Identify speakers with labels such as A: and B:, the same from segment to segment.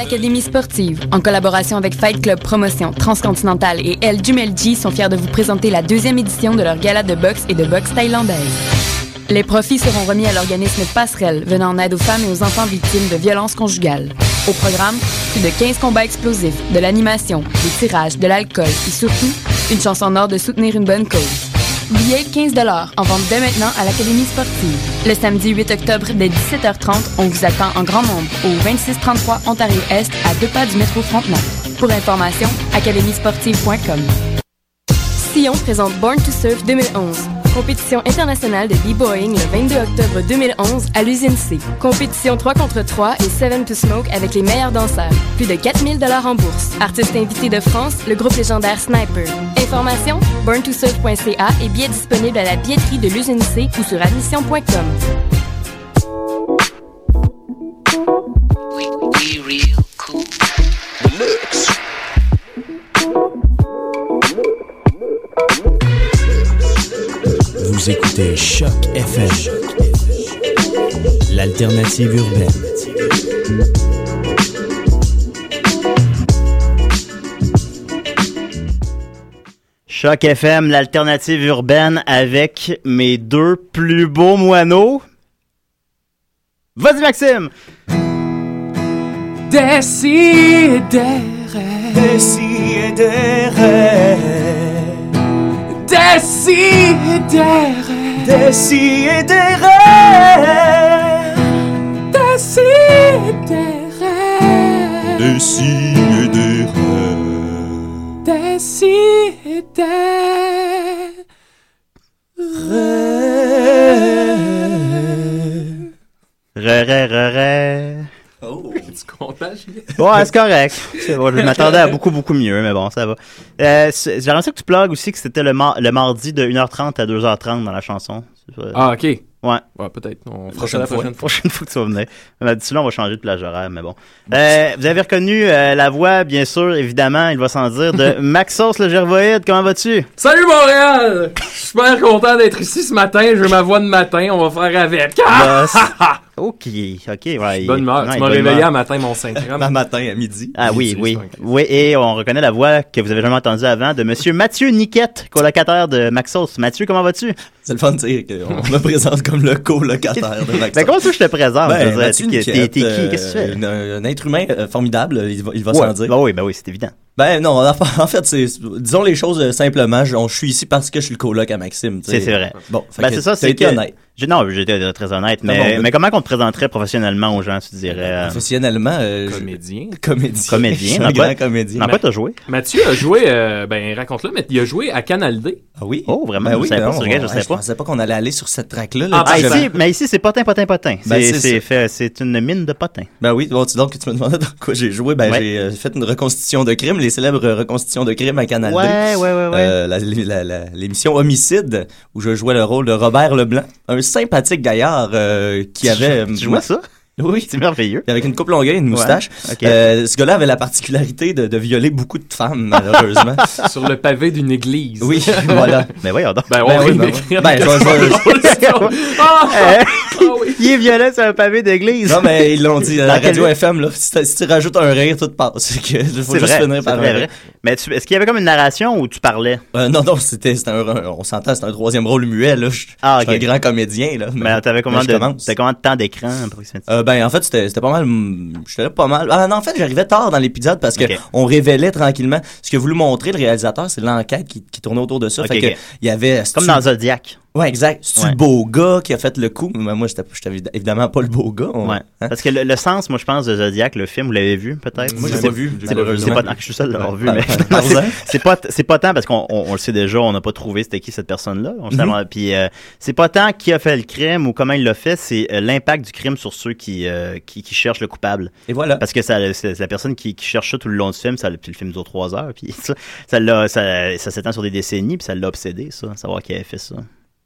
A: Académie sportive, en collaboration avec Fight Club Promotion, Transcontinental et El Jumelji, sont fiers de vous présenter la deuxième édition de leur gala de boxe et de boxe thaïlandaise. Les profits seront remis à l'organisme Passerelle, venant en aide aux femmes et aux enfants victimes de violences conjugales. Au programme, plus de 15 combats explosifs, de l'animation, des tirages, de l'alcool et surtout, une chance en or de soutenir une bonne cause. Billets 15 en vente dès maintenant à l'Académie sportive. Le samedi 8 octobre dès 17h30, on vous attend en grand nombre au 2633 Ontario Est à deux pas du métro Frontenac. Pour information, academiesportive.com. Sion présente Born to Surf 2011. Compétition internationale de b-boying le 22 octobre 2011 à l'usine C. Compétition 3 contre 3 et 7 to Smoke avec les meilleurs danseurs. Plus de 4000 dollars en bourse. Artistes invités de France, le groupe légendaire Sniper. Informations burntosurf.ca et billets disponibles à la billetterie de l'usine C ou sur admission.com.
B: Vous écoutez Choc FM, l'alternative urbaine.
C: Choc FM, l'alternative urbaine avec mes deux plus beaux moineaux. Vas-y Maxime!
D: Décidérez.
E: Décidérez.
D: Décidérez.
E: Décidérez.
D: Décidérez.
E: Décidérez.
D: Décidérez.
C: Ré, ré, ré, ré.
F: Oh! Tu content, Julien?
C: Ouais, c'est correct. C'est bon, je m'attendais à beaucoup, beaucoup mieux, mais bon, ça va. Euh, c'est- J'aimerais ça que tu plugues aussi que c'était le, mar- le mardi de 1h30 à 2h30 dans la chanson.
F: Ah, ok.
C: Ouais.
F: Ouais, peut-être. On fera ça
C: Prochaine
F: la
C: fois.
F: prochaine fois.
C: Prochaine fois que tu vas venir. Mais D'ici là, on va changer de plage horaire, mais bon. Euh, vous avez reconnu euh, la voix, bien sûr, évidemment, il va sans dire, de Maxos le Gervoïde. Comment vas-tu?
F: Salut Montréal! Je suis super content d'être ici ce matin. J'ai ma voix de matin. On va faire avec. Ah!
C: Boss. ok, ok, ouais.
F: Bonne humeur.
C: Ouais,
F: tu m'as
C: bonne
F: réveillé
C: humeur. Bah,
F: à matin, mon 5
E: Un matin à midi.
C: Ah oui,
F: Utilise
C: oui.
F: ton écran.
C: Oui, et on reconnaît la voix que vous avez jamais entendue avant de Monsieur Mathieu Niquette, colocataire de Maxos. Mathieu, comment vas-tu?
E: C'est le fun de dire qu'on me présente comme le colocataire de Maxime.
C: Ben, comment ça je te présente? Je veux
E: Ben,
C: dire,
E: Mathieu
C: t'es- t'es- T'es
E: Niquette,
C: t'es qui?
E: euh,
C: Qu'est-ce que tu fais?
E: une- Un être humain euh, formidable, il va, il va s'en
C: Ouais.
E: dire.
C: Ben oui, ben oui, c'est évident.
E: Ben non, en fa- en fait, c'est disons les choses euh, simplement. Je, on- je suis ici parce que je suis le coloc à Maxime. tu sais.
C: C'est c'est vrai.
E: Bon, fait
C: Ben,
E: que
C: c'est ça,
E: t'as
C: c'est
E: été
C: que...
E: honnête.
C: Je- non, j'étais très honnête,
E: bon,
C: mais,
E: ben-
C: mais comment qu'on te présenterait professionnellement aux gens, tu dirais? euh,
E: Professionnellement, euh, je-
F: Comédien.
E: comédien.
C: Comédien,
E: Je suis un
C: dans
E: grand
C: quoi-
E: comédien. Ben,
C: Dans quoi t'as joué?
F: Mathieu a joué, euh, ben raconte-le, mais il a joué à Canal D.
E: Ah oui.
C: Oh, vraiment,
E: Ben
C: je
E: oui,
C: savais
E: ben
C: pas,
E: on-
C: ce gars, je
E: ouais,
C: savais pas.
E: pensais pas qu'on allait aller sur cette track là.
F: Ah,
C: Ah,
F: ben,
C: ici, mais ici, c'est potin, potin, potin.
E: Ben,
C: C'est-
E: c'est
C: c'est fait- C'est une mine de potin.
E: Ben oui, bon, tu- donc tu me demandais dans quoi j'ai joué. Ben
C: Ouais.
E: j'ai euh, fait une reconstitution de crime, les célèbres reconstitutions de crime à Canal
C: Ouais, ouais,
E: 2.
C: ouais, ouais.
E: Euh, la- la- la- L'émission Homicide, où je jouais le rôle de Robert Leblanc, un sympathique gaillard euh, qui avait...
C: Tu vois ça?
E: Oui,
C: C'est merveilleux.
E: avec une coupe longueuil et une moustache.
C: ok.
E: Euh, ce gars-là avait la particularité de, de violer beaucoup de femmes, malheureusement.
F: sur le pavé d'une église.
E: oui, voilà.
C: Mais voyons donc.
F: Ben, on
E: Ben
F: va
E: oui,
F: le
E: ben
F: décrire.
E: oui. Ben, je vais-
C: Euh,
F: Ah! Ah oui.
C: Il est violent sur un pavé d'église.
E: Non, mais ils l'ont dit, euh, à la
C: Dans quel-
E: radio FM, là, si, t'as- si tu rajoutes un rire, tout passe. Il faut
C: C'est
E: juste
C: vrai.
E: finir
C: C'est
E: par
C: vrai,
E: un rire.
C: vrai. Mais tu- est-ce qu'il y avait comme une narration où tu parlais?
E: Euh, non, non, c'était, c'était un, un- on s'entend, c'était un troisième rôle muet, là. Je,
C: Ah,
E: je suis
C: ok.
E: un grand comédien, là.
C: Mais t'avais combien
E: mais je
C: de,
E: commence.
C: t'avais combien de temps d'écran? approximativement?
E: Euh, ben, en fait, c'était, c'était pas mal, hmm, j'étais là pas mal. Ah, non, en fait, j'arrivais tard dans l'épisode parce que
C: Ok.
E: on révélait tranquillement. Ce que voulu montrer le réalisateur, c'est l'enquête qui, qui tournait autour de ça.
C: Ok,
E: fait
C: ok.
E: que, il y avait, c'est-tu-
C: Comme dans Zodiac.
E: Ouais, exact. C'est
C: Ouais.
E: le beau gars qui a fait le coup. Mais moi, j'étais, j'étais évid- évidemment pas le beau gars. on-
C: Ouais.
E: hein.
C: Parce que le, le sens, moi, je pense, de Zodiac, le film, vous l'avez vu, peut-être?
E: Moi, je l'ai
C: C'est-
E: pas vu,
C: c'est-
E: malheureusement.
C: C'est pas tant que je suis seul de l'avoir vu,
E: Ah,
C: mais
E: ah, pardon.
C: c'est pas, c'est pas tant parce qu'on on, on le sait déjà, on n'a pas trouvé c'était qui cette personne-là. On le
E: Mhm.
C: sait avant- Puis euh, c'est pas tant qui a fait le crime ou comment il l'a fait, c'est euh, l'impact du crime sur ceux qui, euh, qui, qui cherchent le coupable.
E: Et voilà.
C: Parce que ça, c'est c'est la personne qui, qui cherche ça tout le long du film, ça, puis le film dure trois heures, puis ça, ça, l'a- ça, ça s'étend sur des décennies, puis ça l'a obsédé, ça, savoir qui avait fait ça.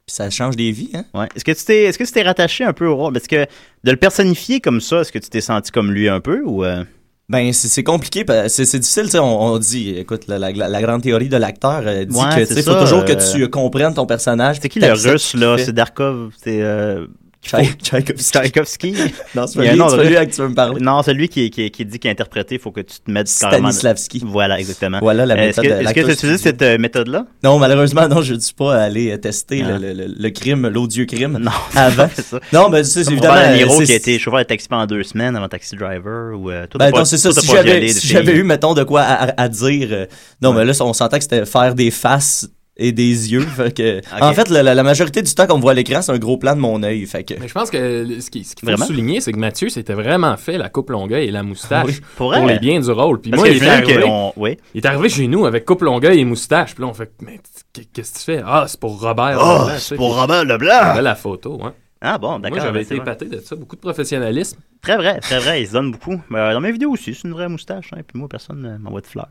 E: Puis ça change des vies, hein.
C: Ouais. Est-ce que tu t'es, est-ce que tu t'es rattaché un peu au rôle Parce que de le personnifier comme ça, est-ce que tu t'es senti comme lui un peu ou euh,
E: Ben, c'est c'est compliqué, parce- c'est c'est difficile, tu sais, on, on dit, écoute, la, la- la grande théorie de l'acteur euh, dit
C: Ouais,
E: que,
C: c'est
E: tu sais, faut
C: ça,
E: toujours
C: euh,
E: que tu comprennes ton personnage.
C: c'était qui
E: puis
C: le
E: t'acceptes
C: russe
E: ce qu'il
C: là
E: fait.
C: C'est Darkov, c'est euh,
E: Tchaï- Tchaïkovski. Ah
C: Tchaïkovski.
E: Non,
C: Il y
E: celui,
C: a un autre.
E: celui à qui tu veux me parler.
C: non, celui qui, qui, qui dit qu'il est interprété, il faut que tu te mettes carrément.
E: Stanislavski.
C: Voilà, exactement. Euh,
E: Voilà la
C: Est-ce
E: méthode
C: que,
E: de
C: est-ce que tu
E: l'acteur
C: utilises
E: studio.
C: cette euh, méthode-là?
E: Non, malheureusement, non, je ne suis pas allé euh, tester
C: Ah.
E: le, le- le- le crime, l'odieux crime.
C: Non,
E: Avant.
C: c'est ça.
E: Non, mais tu sais, c'est
C: On
E: évidemment.
C: parle d'un héros
E: euh, c'est-
C: qui a été chauffeur de taxi pendant deux semaines avant Taxi Driver ou euh, toi,
E: Ben
C: t'as
E: non,
C: pas-
E: c'est ça.
C: toi, t'as
E: Si
C: pas
E: j'avais
C: violé de
E: si
C: filles.
E: j'avais eu, mettons, de quoi à, à- à dire. euh, non,
C: Ouais.
E: mais là, on s'entend que c'était faire des faces et des yeux. fait que, En fait, la, la- la majorité du temps qu'on me voit à l'écran, c'est un gros plan de mon œil. Fait que.
F: Mais je pense que le- ce qui- ce qu'il faut
C: Vraiment?
F: souligner, c'est que Mathieu s'était vraiment fait la coupe longueuil et la moustache
E: Oui.
C: pour,
F: pour
C: vrai?
F: les biens du rôle. Puis
C: Parce
F: moi,
C: que
F: il
C: je
F: est,
C: veux
F: arrivé,
C: qu'on- Oui.
F: il est arrivé chez nous avec coupe longueuil et moustache. Puis là, on fait Mais t- qu'est-ce que tu fais Ah, c'est pour Robert.
C: Oh,
F: Leblanc, tu sais.
C: c'est pour
F: Puis
C: Robert
F: on avait
C: Leblanc!
F: la photo, hein.
C: Ah bon,
F: Moi,
C: d'accord.
F: j'avais
C: c'est
F: été
C: vrai.
F: épaté de ça. Beaucoup de professionnalisme.
C: Très vrai, très vrai, il se donne beaucoup. Euh, Dans mes vidéos aussi, c'est une vraie moustache. Hein, puis moi, personne ne m'envoie de fleurs.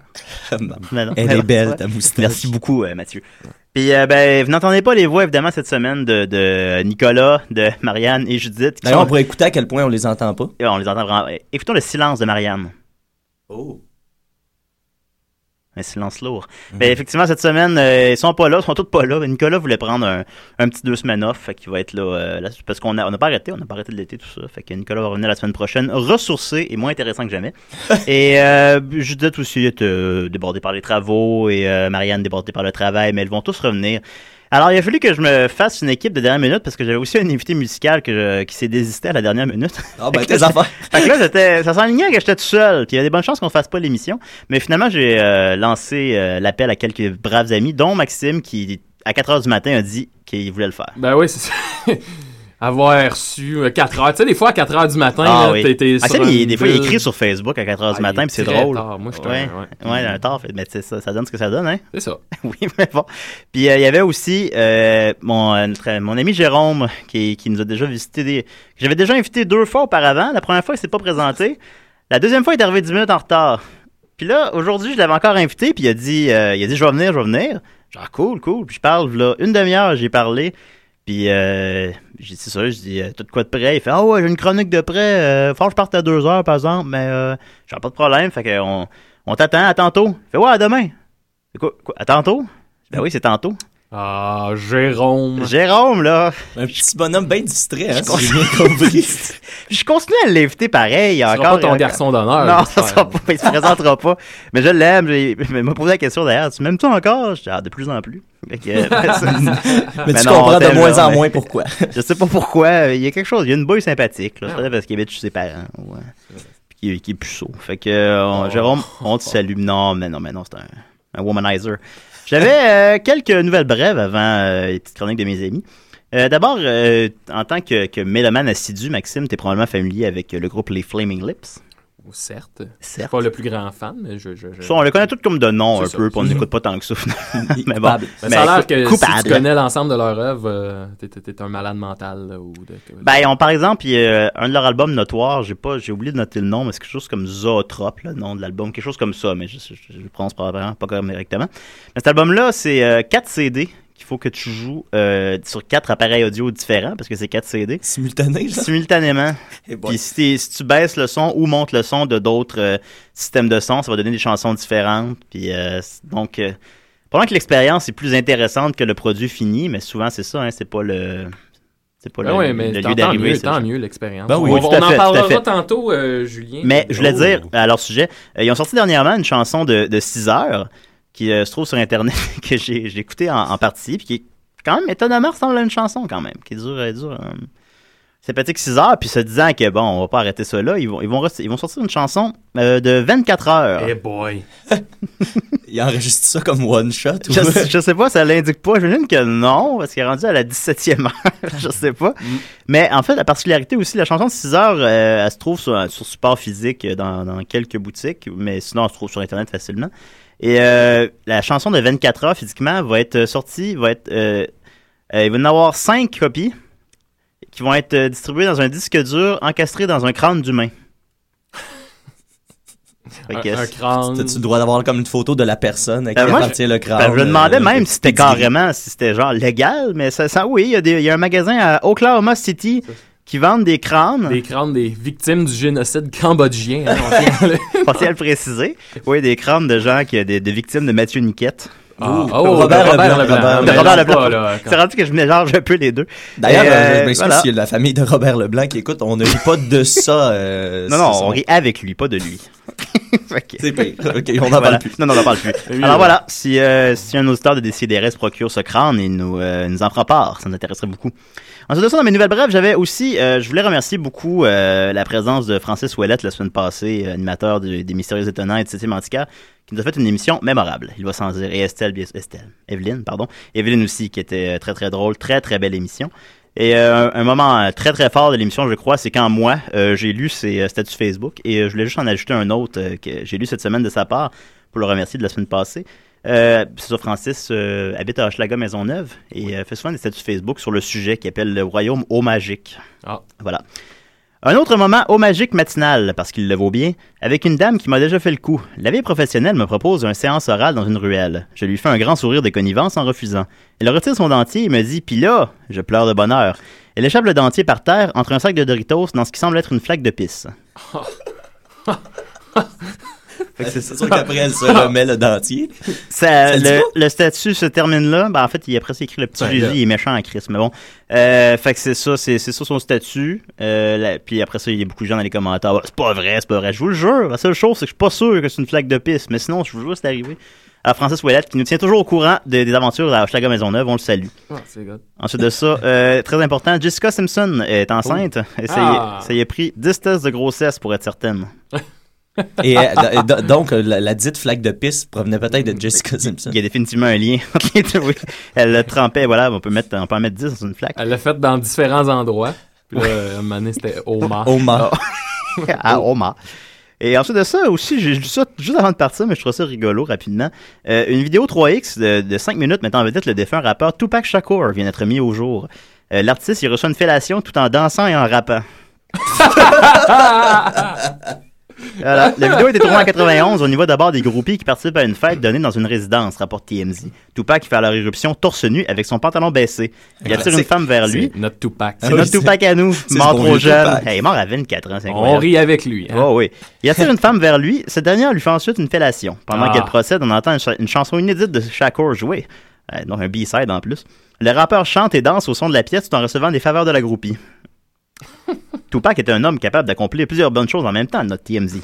C: Mais non,
E: Elle
C: mais
E: est
C: non,
E: belle,
C: ouais.
E: ta moustache.
C: Merci beaucoup, euh, Mathieu. Puis, euh, ben, vous n'entendez pas les voix, évidemment, cette semaine de, de Nicolas, de Marianne et Judith. qui
E: D'ailleurs, on
C: sont-
E: pourrait écouter à quel point on les entend pas.
C: Euh, on les entend vraiment. Écoutons le silence de Marianne. Oh. Un silence lourd. Ben, effectivement, cette semaine, euh, ils sont pas là, ils sont tous pas là. Ben, Nicolas voulait prendre un, un petit deux semaines off, fait qu'il va être là, euh, là- parce qu'on n'a on a pas arrêté, on n'a pas arrêté de l'été, tout ça. Fait que Nicolas va revenir la semaine prochaine, ressourcé et moins intéressant que jamais. et euh, Judith aussi est euh, débordée par les travaux, et euh, Marianne débordée par le travail, mais elles vont tous revenir. Alors, il a fallu que je me fasse une équipe de dernière minute, parce que j'avais aussi un invité musical que je- qui s'est désisté à la dernière minute.
E: Ah, ben, tes affaires.
C: Fait que là, j'étais- ça s'enlignait que j'étais tout seul. Puis il y a des bonnes chances qu'on fasse pas l'émission. Mais finalement, j'ai euh, lancé euh, l'appel à quelques braves amis, dont Maxime, qui, à 4 heures du matin, a dit qu'il voulait le faire.
F: Ben oui, c'est ça. Avoir su 4 heures. Tu sais, des fois, à 4 heures du matin,
C: Ah
F: là,
C: oui.
F: t'es- t'es sur
C: Maxime, il-
F: une
C: des fois, il
F: bulle.
C: écrit sur Facebook à 4 heures
F: Ah,
C: du matin,
F: il est
C: puis c'est
F: très
C: drôle.
F: tard. Moi, je suis un-
C: ouais,
F: ouais.
C: ouais, un tard. fait- Mais tu sais, ça, ça donne ce que ça donne, hein?
F: C'est ça.
C: Oui, mais bon. Puis euh, il y avait aussi euh, mon, euh, notre- mon ami Jérôme qui, qui nous a déjà visité des. que J'avais déjà invité deux fois auparavant. La première fois, il s'est pas présenté. La deuxième fois, il est arrivé 10 minutes en retard. Puis là, aujourd'hui, je l'avais encore invité, puis il a dit euh, il a dit je vais venir, je vais venir. Genre cool, cool. Puis je parle là, une demi-heure, j'ai parlé. Puis euh, j'ai dit c'est ça, je dis euh, t'as de quoi de prêt? Il fait Ah ouais, j'ai une chronique de prêt, euh, faut que je parte à deux heures par exemple, mais euh, j'ai pas de problème, fait que on, on t'attend à tantôt. Il fait ouais à demain. C'est Quoi, quoi, à tantôt? Ben oui, c'est tantôt.
F: Ah, Jérôme.
C: Jérôme, là,
E: Un petit bonhomme bien distrait, hein, si j'ai bien compris.
C: je continue à l'inviter pareil.
F: Ce sera
C: encore,
F: pas ton
C: encore.
F: garçon d'honneur.
C: Non, ça
F: j'espère.
C: sera pas, il se présentera pas. Mais je l'aime. j'ai- mais Il m'a posé la question d'ailleurs. Tu m'aimes-tu encore? Je dis, ah, de plus en plus. Fait que, euh, ben, ça-
E: Mais tu
C: non, on
E: comprends de
C: t'aime,
E: moins
C: là,
E: en
C: mais-
E: moins pourquoi.
C: je sais pas pourquoi. euh, Il y a quelque chose. Il y a une bouille sympathique.
F: Ah
C: Là, peut-être parce qu'il habite chez ses parents. Ouais. Puis qui, qui est puceau. Fait que, euh, on- Jérôme,
F: Oh.
C: on te salue. Non, mais non, mais non, c'est un, un womanizer. J'avais euh, quelques nouvelles brèves avant euh, les petites chroniques de mes amis. Euh, D'abord, euh, en tant que, que mélomane assidu, Maxime, t'es probablement familier avec euh, le groupe Les Flaming Lips.
F: Certes. Je suis
C: Certes.
F: pas le plus grand fan, mais je. je, je-
C: Ça, on le connaît tous comme de nom
F: C'est
C: un
F: ça.
C: peu, puis on n'écoute pas tant que ça. finalement. mais bon,
E: coupable.
F: Ben, ça a l'air que si
C: coupable.
F: tu connais l'ensemble de leur œuvre, euh, t'es- t'es t'es un malade mental. là, ou de-
C: Ben, on, par exemple, il y a un de leurs albums notoires, j'ai pas, j'ai oublié de noter le nom, mais c'est quelque chose comme Zootrope, le nom de l'album, quelque chose comme ça, mais je, je, je le prononce probablement pas comme directement. Mais cet album-là, c'est euh, 4 CD qu'il faut que tu joues euh, sur quatre appareils audio différents, parce que c'est 4 CD,
E: Simultané, genre.
C: simultanément.
E: Eh boy.
C: Puis si, t'es- si tu baisses le son ou montes le son de d'autres euh, systèmes de son, ça va donner des chansons différentes. Puis euh, c'est- donc, euh, pendant que l'expérience est plus intéressante que le produit fini, mais souvent c'est ça, hein, c'est pas le, c'est pas
F: Ben
C: le,
F: oui,
C: le
F: mais
C: lieu
F: tant, tant
C: d'arrivée.
F: mieux,
C: c'est-
F: tant mieux l'expérience.
E: Ben oui,
F: on,
C: tout
F: on
C: à fait,
F: en
C: tout à fait.
F: parlera tantôt, euh, Julien.
C: Mais je voulais
F: Oh.
C: dire à leur sujet, euh, ils ont sorti dernièrement une chanson de, de 6 heures qui euh, se trouve sur internet que j'ai j'ai écouté en, en partie, puis qui est quand même étonnamment ressemble à une chanson quand même, qui dure, euh, dure. euh, c'est pratique 6 heures, puis se disant que bon, on va pas arrêter ça là, ils vont, ils vont, rester- ils vont sortir une chanson euh, de 24 heures.
F: Eh boy.
E: Il enregistre ça comme one shot. ou-
C: Je, sais- je sais pas, ça l'indique pas. J'imagine que non, parce qu'il est rendu à la 17e heure. je sais pas. Mais en fait, la particularité aussi, la chanson de 6 heures, euh, elle se trouve sur, sur support physique euh, dans, dans quelques boutiques, mais sinon, elle se trouve sur Internet facilement. Et euh, la chanson de 24 heures, physiquement, va être euh, sortie, va être. euh, euh, il va y en avoir 5 copies qui vont être euh, distribuées dans un disque dur encastré dans un crâne d'humain. Fait
F: Un,
C: que-
F: un crâne.
E: T'as-tu le droit d'avoir comme une photo de la personne à qui
C: Ben, moi,
E: appartient le crâne?
C: Ben, je me demandais
E: euh,
C: même si c'était
E: pedigree.
C: carrément, si c'était genre légal, mais ça, ça oui, il y, a des- il y a un magasin à Oklahoma City qui vend des crânes,
F: Des crânes des victimes du génocide cambodgien. hein, on sait-
C: faut-il le préciser. Oui, des crânes de gens qui, des, des victimes de Mathieu Niquette.
F: Ah,
E: Ouh,
F: oh, Robert,
E: Robert
F: Robert
E: Leblanc,
F: Leblanc.
E: Robert
C: Robert
F: Mais je
C: Leblanc.
F: sais pas, là, quand-
C: C'est rendu que je mélange un peu les deux.
E: D'ailleurs,
C: Et,
E: euh, je
C: euh,
E: m'excuse
C: voilà.
E: s'il y a de la famille de Robert Leblanc qui écoute, on ne rit pas de ça. euh,
C: Non,
E: c'est-
C: non,
E: c'est-
C: on rit avec lui, pas de lui. Ok.
E: C'est pire. OK, on n'en
C: Voilà.
E: parle plus.
C: Non, non, on n'en parle plus. Alors voilà, si, euh, si un auditeur de Décideret se procure ce crâne et nous, euh, nous en prend part, ça nous intéresserait beaucoup. Ensuite de ça, dans mes nouvelles brèves, j'avais aussi, euh, je voulais remercier beaucoup euh, la présence de Francis Ouellette la semaine passée, euh, animateur du- des Mystérieux Étonnants et de Cité Mantica, qui nous a fait une émission mémorable, il va sans dire. Et Estelle, bien- Estelle, Evelyne, pardon. Evelyne aussi, qui était euh, très très drôle, très très belle émission. Et euh, un moment euh, très très fort de l'émission, je crois, c'est quand moi, euh, j'ai lu ses euh, statuts Facebook et euh, je voulais juste en ajouter un autre euh, que j'ai lu cette semaine de sa part pour le remercier de la semaine passée. Euh, c'est ça, Francis euh, habite à Hochelaga Maisonneuve et euh, fait souvent des statuts Facebook sur le sujet qui appelle le royaume au magique.
F: Ah.
C: Voilà. Un autre moment au magique matinal, parce qu'il le vaut bien, avec une dame qui m'a déjà fait le coup. La vieille professionnelle me propose un séance orale dans une ruelle. Je lui fais un grand sourire de connivence en refusant. Elle retire son dentier et me dit Pis là, je pleure de bonheur. Elle échappe le dentier par terre entre un sac de Doritos dans ce qui semble être une flaque de pisse.
E: Fait que C'est c'est sûr qu'après, elle se remet le dentier.
C: Ça,
E: Ça le dit
C: le,
E: pas?
C: le statut se termine là. Ben, en fait, il, après, c'est écrit le petit
F: Ben,
C: Jésus,
F: là.
C: il est méchant à Christ. Mais bon, euh, fait que c'est ça, c'est, c'est ça son statut. Euh, là, puis après ça, il y a beaucoup de gens dans les commentaires. Ouais, c'est pas vrai, c'est pas vrai. Je vous le jure. La seule chose, c'est que je suis pas sûr que c'est une flaque de pisse. Mais sinon, je vous jure, c'est arrivé. À Francis Ouellette, qui nous tient toujours au courant de- des aventures à Hochelaga Maisonneuve. On le salue.
F: Ah, c'est good.
C: Ensuite de ça, euh, très important, Jessica Simpson est enceinte. Et ça, y est-
F: Ah.
C: ça y est pris 10 tests de grossesse pour être certaine.
E: Et euh, d- et d- donc, euh, la, la dite flaque de pisse provenait peut-être de Jessica Simpson.
C: Il y a définitivement un lien entre les deux. oui. Elle le trempait, voilà, on peut, mettre, on peut en mettre 10 dans une flaque.
F: Elle l'a fait dans différents endroits. Puis là, euh, un moment donné, c'était Omar.
E: Omar.
C: à
E: Oh.
C: Omar. Et ensuite de ça aussi, j'ai lu ça juste avant de partir, mais je trouve ça rigolo rapidement. Euh, une vidéo 3X de, de 5 minutes mettant en vedette le défunt rappeur Tupac Shakur vient d'être mis au jour. Euh, L'artiste y reçoit une fellation tout en dansant et en rappant. Voilà. La vidéo a été tournée en 91. On y voit d'abord des groupies qui participent à une fête donnée dans une résidence, rapporte TMZ. Tupac fait leur irruption torse nu avec son pantalon baissé. Il attire une
E: Classique.
C: femme vers lui.
F: C'est Notre Tupac.
E: Ah
C: C'est
E: oui,
C: notre
E: c'est-
C: Tupac à nous,
E: c'est
C: mort
E: ce bon
C: trop
E: vieux
C: jeune.
E: Tupac.
C: Hey, mort à 24 ans, c'est incroyable.
F: On rit avec lui. hein.
C: Oh oui. Il attire une femme vers lui. Cette dernière lui fait ensuite une fellation. Pendant
F: Ah.
C: qu'elle procède, on entend une, cha- une chanson inédite de Shakur jouer. Euh, donc un B-side en plus. Le rappeur chante et danse au son de la pièce tout en recevant des faveurs de la groupie. Tupac était un homme capable d'accomplir plusieurs bonnes choses en même temps, notre TMZ.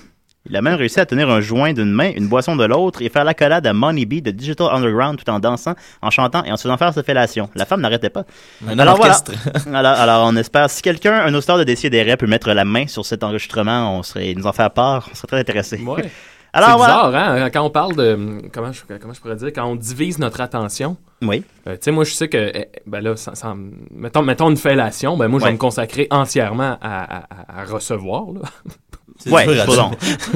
C: Il a même réussi à tenir un joint d'une main, une boisson de l'autre et faire la collade à Money B de Digital Underground tout en dansant, en chantant et en se faisant faire sa fellation. La femme n'arrêtait pas.
E: Un
C: Ah. Alors voilà.
E: orchestre.
C: Alors, alors, on espère, si quelqu'un, un auditeur de Décideret peut mettre la main sur cet enregistrement, on serait, nous en faire part, on serait très intéressés.
F: Ouais.
C: Oh. Alors,
F: c'est
C: voilà.
F: bizarre, hein? Quand on parle de. hum, Comment je, comment je pourrais dire? Quand on divise notre attention.
C: Oui.
F: euh, tu sais, moi, je sais que. eh, Ben là, sans- sans- mettons, mettons une fellation, ben moi, je
C: Ouais.
F: vais me consacrer entièrement à, à- à- à recevoir, là.
E: C'est
C: Ouais,
E: dur à
C: supposons.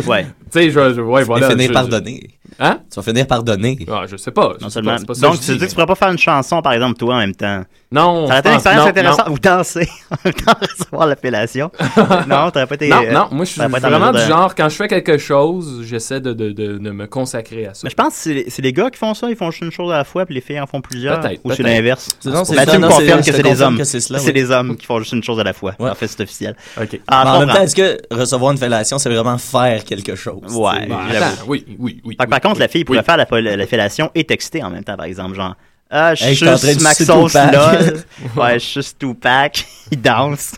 C: ouais.
F: tu sais, je, je- Ouais,
E: Tu vas
F: voilà.
E: finir
F: je-
E: par
F: je-
E: donner.
F: Hein?
E: Tu vas finir par donner.
F: Ah, je sais pas. je
C: Non
F: sais
C: seulement.
F: pas, c'est pas ça
C: Donc,
F: que
C: tu
F: je
C: dis que
F: dis,
C: tu pourrais pas faire une chanson, par exemple, toi, en même temps.
F: mais- Non,
C: Ça aurait été
F: je
C: une
F: pense-
C: expérience
F: non,
C: intéressante. Ou danser, en même temps, recevoir l'appellation. non, t'aurais pas été.
F: Non,
C: euh,
F: non, moi je suis
C: t'aurais pas été en
F: vraiment
C: mesure
F: du
C: de-
F: genre, quand je fais quelque chose, j'essaie de, de, de, de me consacrer à ça.
C: Mais je pense que c'est les- c'est les gars qui font ça, ils font juste une chose à la fois, puis les filles en font plusieurs.
F: Peut-être,
C: Ou c'est
F: peut-être.
C: l'inverse.
E: Non, c'est
C: Mathieu
E: ça,
C: me
E: non,
C: confirme que
E: c'est- je
C: c'est
E: te
C: les
E: confirme
C: hommes.
E: que c'est cela, oui.
C: les hommes qui font juste une chose à la fois.
E: Ouais.
C: En fait, c'est officiel.
F: OK.
E: Mais
C: Ah,
E: en
C: je
E: même temps,
C: comprends.
E: est-ce que recevoir une fellation, c'est vraiment faire quelque chose?
C: Ouais.
E: tu sais?
F: Bah,
C: j'avoue.
F: attends, oui, oui, oui.
C: Fait que par contre, la fille pourrait
F: Oui.
C: faire la, la- la fellation et texter en même temps, par exemple, genre Ah, je
E: Hey,
C: suis
E: je suis en train de
C: Maxos
E: sucer
C: lol. ouais, je suis Tupac, il danse.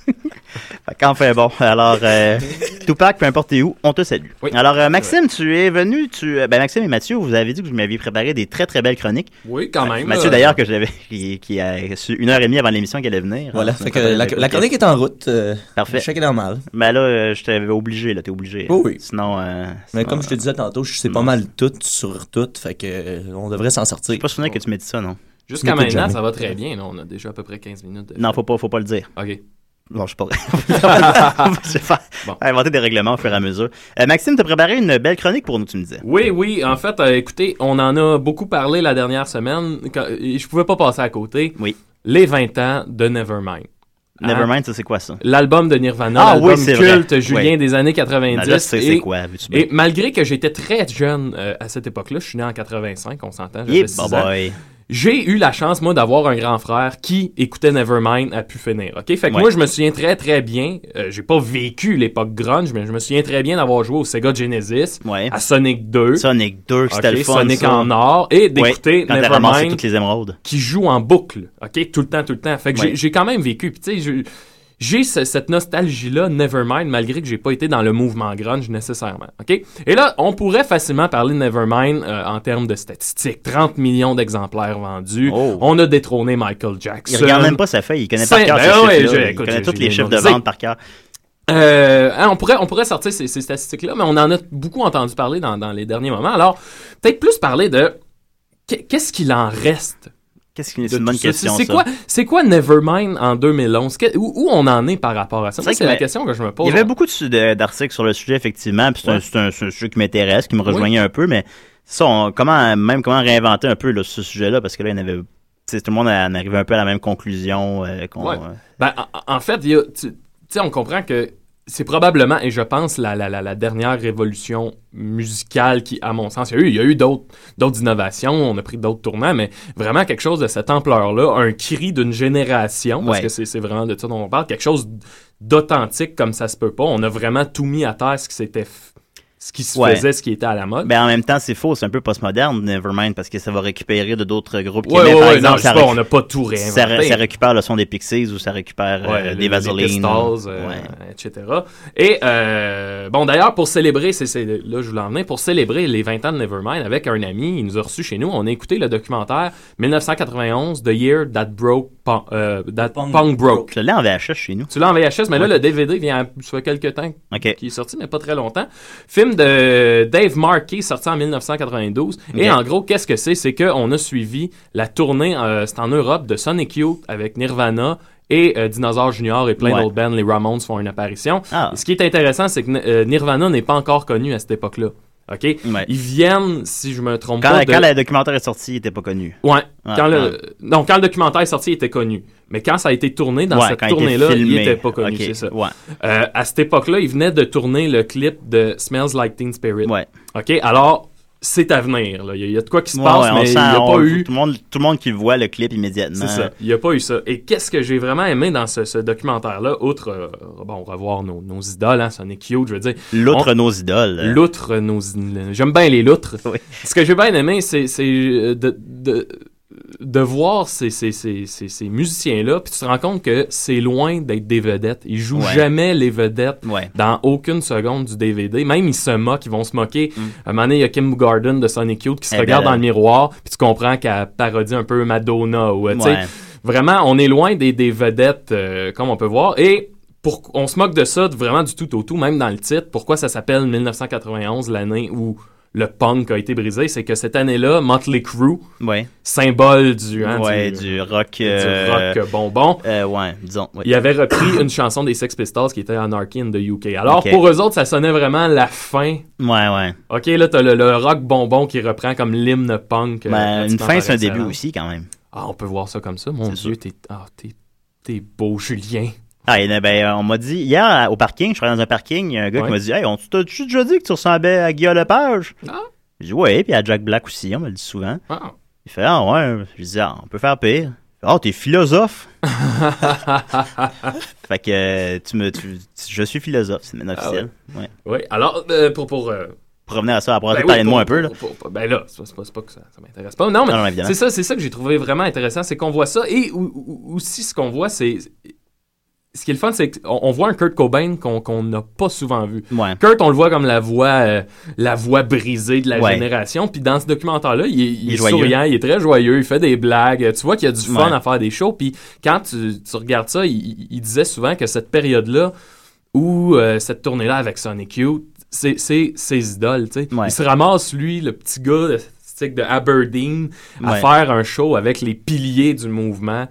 C: fait qu'enfin bon, alors euh, Tupac, peu importe t'es où, on te salue.
F: Oui.
C: Alors euh, Maxime, tu es venu, tu euh, ben Maxime et Mathieu, vous avez dit que vous m'aviez préparé des très très belles chroniques.
F: Oui, quand même.
C: Mathieu
F: euh,
C: d'ailleurs que j'avais qui, qui a su une heure et demie avant l'émission qu'elle allait venir. Hein,
E: Voilà,
C: Alors,
E: fait que la, la chronique est en route. euh,
C: Parfait.
E: Chaque est normal.
C: Ben là, euh, je t'avais obligé, là, t'es obligé.
E: Oui, oui.
C: Sinon, euh,
E: Mais
C: sinon,
E: comme je te
C: euh,
E: disais tantôt, je sais pas
C: non.
E: mal tout sur tout, fait que euh, on devrait s'en sortir.
C: j'ai pas souvenir que tu m'aies dit ça, non?
F: Jusqu'à
E: N'écoute
F: maintenant,
E: jamais.
F: ça va très bien. là, on a déjà à peu près 15 minutes. de-
C: Non, faut pas, faut pas le dire.
F: OK.
C: Bon, je suis pas vrai. je vais faire-
F: Bon.
C: inventer des règlements au fur et à mesure. Euh, Maxime, t'as préparé une belle chronique pour nous, tu me disais.
F: Oui, oui. En fait, euh, écoutez, on en a beaucoup parlé la dernière semaine. quand- et je pouvais pas passer à côté.
C: Oui.
F: Les 20 ans de Nevermind. Hein?
C: Nevermind, ça c'est quoi ça?
F: L'album de Nirvana,
C: Ah oui,
F: l'album
C: c'est vrai.
F: culte julien
C: Oui.
F: des années
C: Ben,
F: 90.
C: là, c'est
F: et-
C: c'est quoi? Veux-tu bien?
F: Et malgré que j'étais très jeune euh, à cette époque-là, je suis né en 85, on s'entend,
C: Eh,
F: j'avais six
C: bah,
F: ans.
C: boy.
F: J'ai eu la chance, moi, d'avoir un grand frère qui écoutait Nevermind à pu finir. OK? Fait que
C: Ouais.
F: moi, je me souviens très, très bien. euh, J'ai pas vécu l'époque grunge, mais je me souviens très bien d'avoir joué au Sega Genesis,
C: Ouais.
F: à Sonic 2,
C: Sonic 2, c'était
F: OK,
C: le fun.
F: Sonic
C: ça.
F: en or, et d'écouter
C: Ouais, quand t'as ramassé
F: Nevermind
C: toutes les émeraudes.
F: qui joue en boucle, OK? Tout le temps, tout le temps. Fait que j'ai-
C: Ouais.
F: j'ai quand même vécu. Puis, tu sais, je- j'ai ce- cette nostalgie-là, Nevermind, malgré que j'ai pas été dans le mouvement grunge nécessairement, OK? Et là, on pourrait facilement parler de Nevermind euh, en termes de statistiques. 30 millions d'exemplaires vendus.
C: Oh.
F: On a détrôné Michael Jackson.
C: Il regarde même pas sa feuille, il connaît par
F: Cinq-
C: cœur
F: Ben
C: ces
F: ouais,
C: chiffres-là,
F: j'ai-
C: Il
F: écoute,
C: connaît
F: j'ai-
C: tous les
F: j'ai
C: chiffres de
F: mémorisé.
C: vente par cœur.
F: Euh, hein, on, pourrait, on pourrait sortir ces, ces statistiques-là, mais on en a beaucoup entendu parler dans, dans les derniers moments. Alors, peut-être plus parler de qu'est- qu'est-ce qu'il en reste
C: Qu'est-ce que
F: de
C: c'est une bonne
F: tout ça.
C: question,
F: C'est
C: ça.
F: quoi, c'est quoi Nevermind en 2011 Que- où, où on en est par rapport à ça
C: C'est
F: Moi,
C: vrai
F: C'est
C: que- ben,
F: la question que je me pose.
C: Il y avait beaucoup de su- de- d'articles sur le sujet, effectivement, puis c'est un-
F: Ouais.
C: c'est un, c'est un sujet qui m'intéresse, qui me
F: Oui.
C: rejoignait un peu, mais ça, on- comment, même comment réinventer un peu là, ce sujet-là, parce que là, il y en avait, tu sais, tout le monde en arrivait un peu à la même conclusion. euh, qu'on-
F: Ouais. Ben, en- en fait, il y a- tu tu sais, on comprend que c'est probablement, et je pense, la, la, la, la dernière révolution musicale qui, à mon sens, il y a eu, il y a eu d'autres, d'autres innovations, on a pris d'autres tournants, mais vraiment quelque chose de cette ampleur-là, un cri d'une génération, parce
C: Ouais.
F: que c'est, c'est vraiment de ça dont on parle, quelque chose d'authentique comme ça se peut pas. On a vraiment tout mis à terre ce qui s'était, f- ce qui se
C: Ouais.
F: faisait, ce qui était à la mode.
C: Ben, en même temps, c'est faux, c'est un peu postmoderne, Nevermind, parce que ça va récupérer de d'autres groupes qui
F: Ouais, ouais,
C: par
F: ouais, non,
C: exemple,
F: je
C: ça,
F: sais pas,
C: récu-
F: on n'a pas tout réinventé.
C: ça ré- ça récupère le son des Pixies ou ça récupère euh,
F: Ouais, les-
C: des
F: les
C: Vaseline.
F: Pistols, euh,
C: Ouais.
F: etc. Et euh, bon, d'ailleurs, pour célébrer, c'est, c'est- là je vous l'emmenais, pour célébrer les 20 ans de Nevermind avec un ami, il nous a reçus chez nous, on a écouté le documentaire 1991, The Year That Broke, Punk- euh, that Punk,
E: Punk
F: Broke.
C: Je l'ai en VHS chez nous.
F: Tu l'as en VHS, mais là, le DVD vient sur quelques temps
C: OK.
F: qui est sorti, mais pas très longtemps. Film de Dave Markey, sorti en 1992. Et
C: Ok.
F: en gros, qu'est-ce que c'est? C'est qu'on a suivi la tournée, euh, c'est en Europe, de Sonic Youth avec Nirvana et euh, Dinosaur Junior et plein
C: Ouais.
F: d'autres bands, les Ramones font une apparition.
C: Ah.
F: Et Ce qui est intéressant, c'est que euh, Nirvana n'est pas encore connu à cette époque-là. OK?
C: Ouais.
F: Ils viennent, si je me trompe
C: Quand,
F: pas, de-
C: quand le documentaire est sorti, il était pas connu.
F: Ouais.
C: Ouais,
F: quand le...
C: ouais.
F: Non, quand le documentaire est sorti, il était connu. Mais quand ça a été tourné dans
C: Ouais,
F: cette
C: quand
F: tournée-là,
C: il était
F: il
C: filmé.
F: n'était pas connu,
C: Ok,
F: c'est ça.
C: Ouais.
F: Euh, à cette époque-là, il venait de tourner le clip de Smells Like Teen Spirit.
C: Ouais.
F: OK? Alors, c'est à venir. là. Il y a- il y, a de quoi qui se
C: Ouais,
F: passe,
C: ouais, on
F: mais il
C: sent-
F: n'y a
C: on-
F: pas eu.
C: Tout le, monde, tout le monde qui le voit le clip immédiatement.
F: C'est ça. Il n'y a pas eu ça. Et qu'est-ce que j'ai vraiment aimé dans ce, ce documentaire-là, outre, euh, bon, revoir nos, nos idoles, hein, Sonic Youth, je veux dire,
C: L'autre nos idoles.
F: l'outre, nos. J'aime bien les loutres.
C: Oui.
F: Ce que j'ai bien aimé, c'est c'est, euh, de, de, de voir ces, ces, ces, ces, ces musiciens-là, puis tu te rends compte que c'est loin d'être des vedettes. Ils jouent
C: Ouais.
F: jamais les vedettes
C: Ouais.
F: dans aucune seconde du DVD. Même ils se moquent, ils vont se moquer.
C: Mm.
F: À un moment donné, il y a Kim Garden de Sonic Youth qui se
C: Eh ben
F: regarde
C: là.
F: dans le miroir, puis tu comprends qu'elle parodie un peu Madonna. Ou, euh, tu sais,
C: Ouais.
F: Vraiment, on est loin des, des vedettes, euh, comme on peut voir. Et pour, on se moque de ça de- vraiment du tout au tout, même dans le titre. Pourquoi ça s'appelle 1991, l'année où le punk a été brisé? C'est que cette année-là, Motley Crue,
C: Ouais.
F: symbole du, hein,
C: Ouais,
F: du,
C: du rock.
F: du
C: euh,
F: rock bonbon,
C: euh, ouais, disons. ouais.
F: il avait repris une chanson des Sex Pistols qui était Anarchy in the UK. Alors,
C: Ok.
F: pour eux autres, ça sonnait vraiment la fin.
C: Ouais, ouais.
F: OK, là, t'as le, le rock bonbon qui reprend comme l'hymne punk. euh,
C: Ben, une
F: pratiquement
C: fin,
F: par
C: c'est un début
F: excellence.
C: aussi, quand même.
F: Ah, on peut voir ça comme ça. Mon
C: C'est
F: Dieu, t'es ah, t'es- t'es beau, Julien.
C: Ah, et, ben, euh, on m'a dit, hier, à- au parking, je suis allé dans un parking, il y a un gars
F: Ouais.
C: qui m'a dit, hey, on t'a tu déjà dit que tu ressemblais à Guillaume Lepage?
F: Ah.
C: J'ai dit, ouais, puis à Jack Black aussi, on me le dit souvent.
F: Ah.
C: Il fait, ah, ouais. Je dis, ah, on peut faire pire. Ah, t'es philosophe. fait que euh, tu me, tu- tu- je suis philosophe, c'est maintenant
F: Ah
C: officiel. ouais.
F: Oui, alors, euh, pour... pour euh,
C: Pour revenir à ça, après,
F: ben
C: parler
F: oui,
C: de
F: pour-
C: moi un peu, là.
F: pour- pour- pour- ben là, c'est pas, c'est pas- c'est pas que ça, ça m'intéresse pas. Non, mais
C: Non, non, évidemment.
F: c'est ça, c'est ça que j'ai trouvé vraiment intéressant, c'est qu'on voit ça, et ou- ou- aussi ce qu'on voit, c'est... Ce qui est le fun, c'est qu'on on voit un Kurt Cobain qu'on qu'on n'a pas souvent vu.
C: Ouais.
F: Kurt, on le voit comme la voix, euh, la voix brisée de la
C: Ouais.
F: génération. Puis dans ce documentaire-là, il, est- il
C: Il est
F: est
C: joyeux.
F: souriant, il est très joyeux, il fait des blagues. Tu vois qu'il y a du fun
C: Ouais.
F: à faire des shows. Puis quand tu, tu regardes ça, il, il- il disait souvent que cette période-là, ou euh, cette tournée-là avec Sonic Youth, c'est c'est ses idoles. tu sais.
C: Ouais.
F: Il se ramasse, lui, le petit gars de, statistique de Aberdeen, à
C: Ouais.
F: faire un show avec les piliers du mouvement.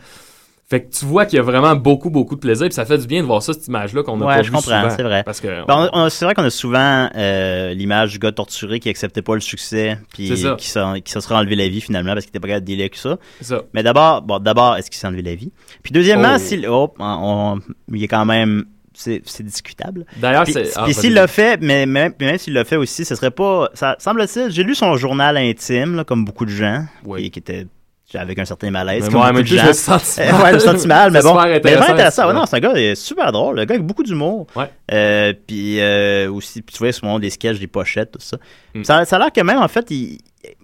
F: Fait que tu vois qu'il y a vraiment beaucoup, beaucoup de plaisir. Puis ça fait du bien de voir ça, cette image-là qu'on a
C: Ouais,
F: pas
C: je
F: vue
C: comprends,
F: souvent.
C: c'est vrai.
F: Parce que
C: Ben, on- on- c'est vrai qu'on a souvent euh, l'image du gars torturé qui acceptait pas le succès, puis
F: C'est ça.
C: qui s'en- qui se serait enlevé la vie finalement parce qu'il était pas capable de délai que ça.
F: ça.
C: Mais d'abord, bon, d'abord, est-ce qu'il s'est enlevé la vie Puis deuxièmement,
F: Oh.
C: s'il, oh, on- on- il est quand même, c'est c'est discutable.
F: D'ailleurs,
C: Puis
F: c'est. ah,
C: puis
F: vas-y.
C: s'il l'a fait, mais même, puis même s'il l'a fait aussi, ce serait pas, ça semble-t-il, j'ai lu son journal intime, là, comme beaucoup de gens,
F: Oui.
C: qui, qui était avec un certain malaise.
F: Mais
C: comme
F: ouais,
C: beaucoup
F: mais
C: de
F: tu sais,
C: gens.
F: je le sens
C: Euh,
F: mal.
C: ouais, je me suis senti mal, mais
F: C'est
C: bon.
F: super
C: Mais
F: intéressant,
C: vraiment intéressant. Ouais,
F: ça.
C: non, c'est un gars euh, super drôle. Le gars avec beaucoup d'humour.
F: Ouais.
C: Euh, puis euh, aussi, puis tu vois, souvent des sketchs, des pochettes, tout ça.
F: Mm.
C: Ça, ça a l'air que même, en fait, il-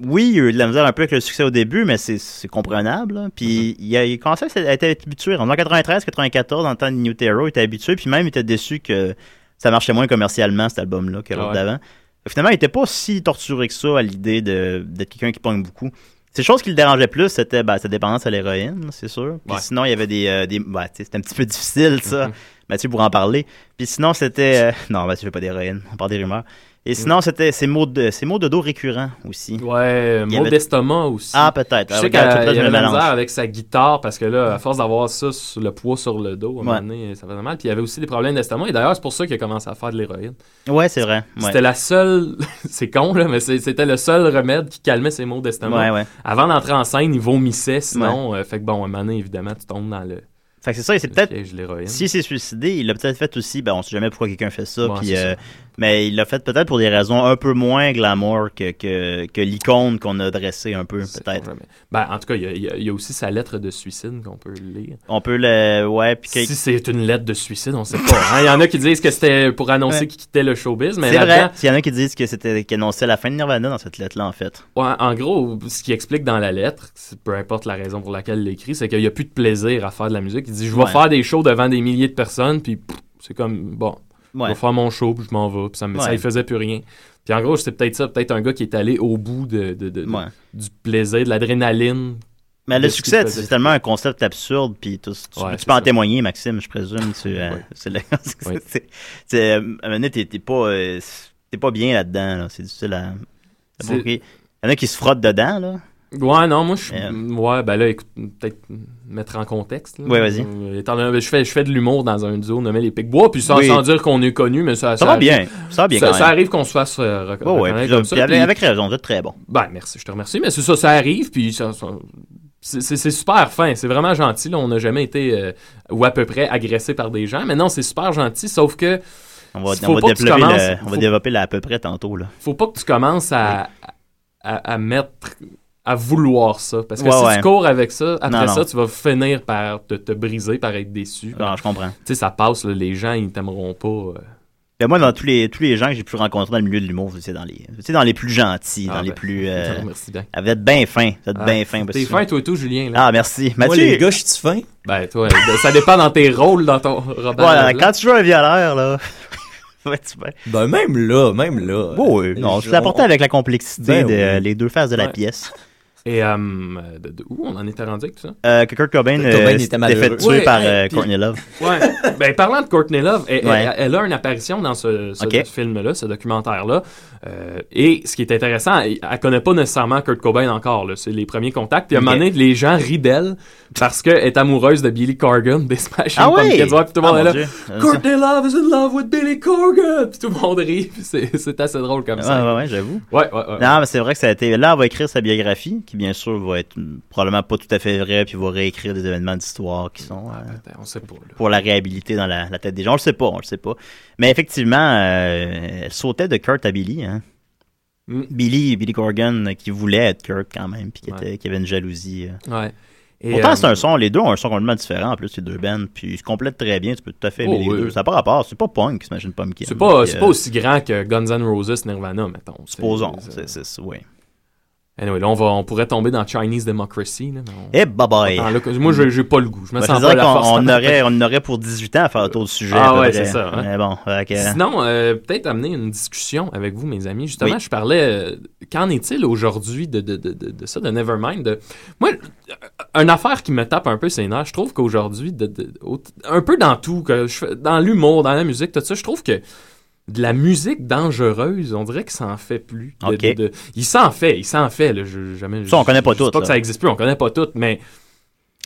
C: oui, il y a eu de la misère un peu avec le succès au début, mais c'est- c'est comprenable. là. Puis
F: Mm-hmm.
C: il, a, il commençait à s'être- à être habitué. En 93, 94, dans le temps de New Terror, il était habitué. Puis même, il était déçu que ça marchait moins commercialement, cet album-là, que l'autre
F: Ah Ouais.
C: d'avant. Finalement, il était pas si torturé que ça à l'idée de- d'être quelqu'un qui pogne beaucoup. Ces choses qui le dérangeaient plus, c'était ben, sa dépendance à l'héroïne, c'est sûr. Puis
F: Ouais.
C: sinon, il y avait des. euh, des ben, tu sais, c'était un petit peu difficile, ça.
F: Mhm.
C: Mathieu pourrait en parler. Puis sinon, c'était. euh, non, Mathieu fait pas d'héroïne, on parle des rumeurs.
F: Mm.
C: Et sinon, c'était ces mots, de, ces mots de dos récurrents aussi.
F: Ouais,
C: Il y
F: mot
C: avait-
F: d'estomac aussi.
C: Ah, peut-être.
F: je
C: Ah,
F: sais
C: oui,
F: qu'il y
C: quand tu te
F: avait
C: places, je
F: de
C: me
F: la misère
C: mélange.
F: avec sa guitare parce que là, à force d'avoir ça, sur le poids sur le dos, à un moment
C: Ouais.
F: donné, ça faisait mal. Puis il y avait aussi des problèmes d'estomac. Et d'ailleurs, c'est pour ça qu'il a commencé à faire de l'héroïne.
C: Ouais, c'est vrai. Ouais.
F: C'était la seule. c'est con, là, mais c'est- c'était le seul remède qui calmait ses maux d'estomac.
C: Ouais, ouais.
F: Avant d'entrer en scène, il vomissait, sinon, euh, fait que bon, à un moment donné, évidemment, tu tombes dans le,
C: Fait que c'est ça, et c'est
F: le
C: peut-être.
F: piège de l'héroïne.
C: S'il s'est suicidé, il l'a peut-être fait aussi. Ben, on sait jamais pourquoi quelqu'un fait ça.
F: Ouais,
C: puis,
F: c'est
C: euh, mais il l'a fait peut-être pour des raisons un peu moins glamour que, que, que l'icône qu'on a dressée un peu,
F: C'est
C: peut-être.
F: pas jamais- Ben, en tout cas, il y, a- il y a- il y a aussi sa lettre de suicide qu'on peut lire.
C: On peut le. Ouais, puis que-
F: Si c'est une lettre de suicide, on sait pas. hein. Il y en a qui disent que c'était pour annoncer
C: Ouais.
F: qu'il quittait le showbiz, mais
C: C'est vrai.
F: là-dedans,
C: Il y en a qui disent que c'était qui annonçait la fin de Nirvana dans cette lettre-là, en fait.
F: ouais, en gros, ce qu'il explique dans la lettre, c'est- peu importe la raison pour laquelle il l'écrit, c'est qu'il n'y a plus de plaisir à faire de la musique. Il dit Je vais
C: Ouais.
F: faire des shows devant des milliers de personnes, puis pff, c'est comme Bon, je
C: Ouais.
F: vais faire mon show, puis je m'en vais, puis ça ne
C: Ouais.
F: faisait plus rien. Puis en gros, c'est peut-être ça, peut-être un gars qui est allé au bout de, de- de- de-
C: Ouais.
F: du plaisir, de l'adrénaline.
C: Mais
F: de
C: le
F: ce qu'il
C: succès,
F: faisait.
C: c'est tellement un concept absurde, puis tout- tu,
F: Ouais,
C: tu
F: c'est
C: peux en
F: ça.
C: témoigner, Maxime, je présume. Tu, euh,
F: Oui.
C: c'est le-
F: Oui.
C: c'est- c'est, euh, à un moment donné, t'es t'es pas, euh, t'es pas bien là-dedans. là. C'est difficile à. à
F: C'est-
C: broquer. Il y en a qui se frottent dedans, là.
F: Ouais, non, moi, je suis.
C: Euh.
F: Ouais, ben là, écoute, peut-être mettre en contexte. là.
C: Ouais, vas-y.
F: Euh, étant donné- je, fais, je fais de l'humour dans un duo nommé Les Pics-Bois, puis sans,
C: Oui.
F: sans dire qu'on est connu, mais ça.
C: Ça, va bien. Ça va bien
F: ça,
C: quand
F: ça
C: même.
F: arrive qu'on se fasse euh, rec-
C: Ouais, ouais,
F: reconnaître
C: puis,
F: comme
C: puis
F: ça.
C: avec,
F: puis-
C: avec raison, vous êtes très bon.
F: Ben, merci, je te remercie. Mais c'est ça, ça arrive, puis ça- ça- c'est- c'est c'est super fin. C'est vraiment gentil. là. On n'a jamais été, euh, ou à peu près, agressé par des gens. Mais non, c'est super gentil, sauf que
C: On va,
F: Faut
C: on va
F: pas que tu
C: développer,
F: commences,
C: le- on va
F: faut-
C: développer là à peu près tantôt, là.
F: faut pas que tu commences à, à, à mettre à vouloir ça parce que
C: Ouais,
F: si
C: ouais.
F: tu cours avec ça après
C: Non,
F: ça
C: non. Ah.
F: tu vas finir par te, te briser par être déçu
C: Alors, je comprends.
F: tu sais ça passe là, les gens ils t'aimeront pas euh.
C: Ben, moi, dans tous les, tous les gens que j'ai pu rencontrer dans le milieu de l'humour, c'est dans les, c'est dans les plus gentils,
F: Ah,
C: dans les
F: ben,
C: plus,
F: Je te
C: euh,
F: remercie bien
C: vous êtes bien fin, vous êtes
F: Ah,
C: bien fin. parce
F: t'es
C: que-
F: fin toi et tout Julien là.
C: Ah, merci.
E: Moi, les
C: Mathieu,
E: gars, je suis fin.
F: ben toi euh, ça dépend dans tes rôles dans ton Robert
C: Voilà,
F: Leblanc.
C: quand tu joues un violeur, là. ouais, tu ben-
E: Ben, même là, même là.
C: Bon, euh, non, je
E: Je-
C: l'ai apporté
E: on-
C: avec la complexité
E: Ben
C: des
E: oui.
C: les deux faces de la
F: Ouais.
C: pièce.
F: et euh, de, de- où on en était rendu avec tout ça
C: Euh, que Kurt Cobain,
E: Kurt Cobain
C: euh,
E: était
C: s'était
E: malheureux.
C: fait tuer
F: Ouais,
C: par
F: hey,
C: euh,
F: puis-
C: Courtney Love.
F: Ouais. ben, parlant de Courtney Love, elle, elle-
C: Ouais.
F: elle a une apparition dans ce, ce
C: Ok.
F: film-là, ce documentaire-là. Euh, et ce qui est intéressant, elle, elle connaît pas nécessairement Kurt Cobain encore. là. C'est les premiers contacts. Puis à un
C: Ok.
F: moment donné, les gens rient d'elle parce qu'elle est amoureuse de Billy Corgan des Smashing
C: Ah
F: Pumpkins.
C: ouais!
F: Ouais, puis tout le monde
C: Ah,
F: est
C: mon
F: là.
C: Dieu. Euh,
F: Courtney Love is in love with Billy Corgan. Puis tout le monde rit. Puis C'est c'est assez drôle comme
C: Ouais,
F: ça.
C: ouais, ouais, j'avoue.
F: Ouais, ouais, ouais.
C: Non, mais c'est vrai que ça a été. Là, on va écrire sa biographie, qui bien sûr va être mm, probablement pas tout à fait vraie, puis va réécrire des événements d'histoire qui sont. euh,
F: Attends, on sait pas. là.
C: pour la réhabiliter dans la, la tête des gens. On le sait pas, on le sait pas. Mais effectivement, euh, elle sautait de Kurt à Billy. Hein.
F: Mm.
C: Billy, Billy Corgan, euh, qui voulait être Kurt quand même, puis qui,
F: Ouais.
C: était- qui avait une jalousie. euh.
F: Ouais. Et,
C: Pourtant,
F: euh,
C: c'est un son, les deux ont un son complètement différent, en plus, les deux bands, puis ils se complètent très bien, tu peux tout à fait aimer
F: Oh,
C: les
F: oui.
C: deux. Ça n'a pas rapport, c'est pas punk, s'imagine pas Pumpkin.
F: C'est pas,
C: Puis,
F: c'est
C: euh,
F: pas aussi grand que Guns N' Roses Nirvana, mettons. C'est-
C: Supposons,
F: c'est-
C: c'est, c'est, c'est- ouais.
F: Anyway, là, on, va, on pourrait tomber dans Chinese Democracy. Là, mais on-
C: Eh, bye bye!
F: Attends, là, que- moi, j'ai j'ai pas le goût. Je me
C: Ouais, je
F: sens
C: dirais
F: pas la
C: qu'on-
F: force.
C: on aurait, on aurait pour 18 ans à faire le tour du sujet.
F: Ah
C: à peu
F: ouais,
C: près.
F: c'est ça, hein.
C: Mais bon, fait que-
F: Sinon, euh, peut-être amener une discussion avec vous, mes amis. Justement,
C: Oui.
F: je parlais. euh, Qu'en est-il aujourd'hui de, de, de, de, de ça, de Nevermind de... Moi, euh, une affaire qui me tape un peu ses nerfs, je trouve qu'aujourd'hui, de, de- au- un peu dans tout, que je fais- dans l'humour, dans la musique, tout ça, je trouve que de la musique dangereuse, on dirait qu'il s'en fait plus. De-
C: Ok.
F: de- de- il s'en fait, il s'en fait. Là, je, jamais,
C: Ça, on connaît pas
F: je dis
C: tout,
F: pas que
C: ça.
F: ça existe plus, on connaît pas toutes, mais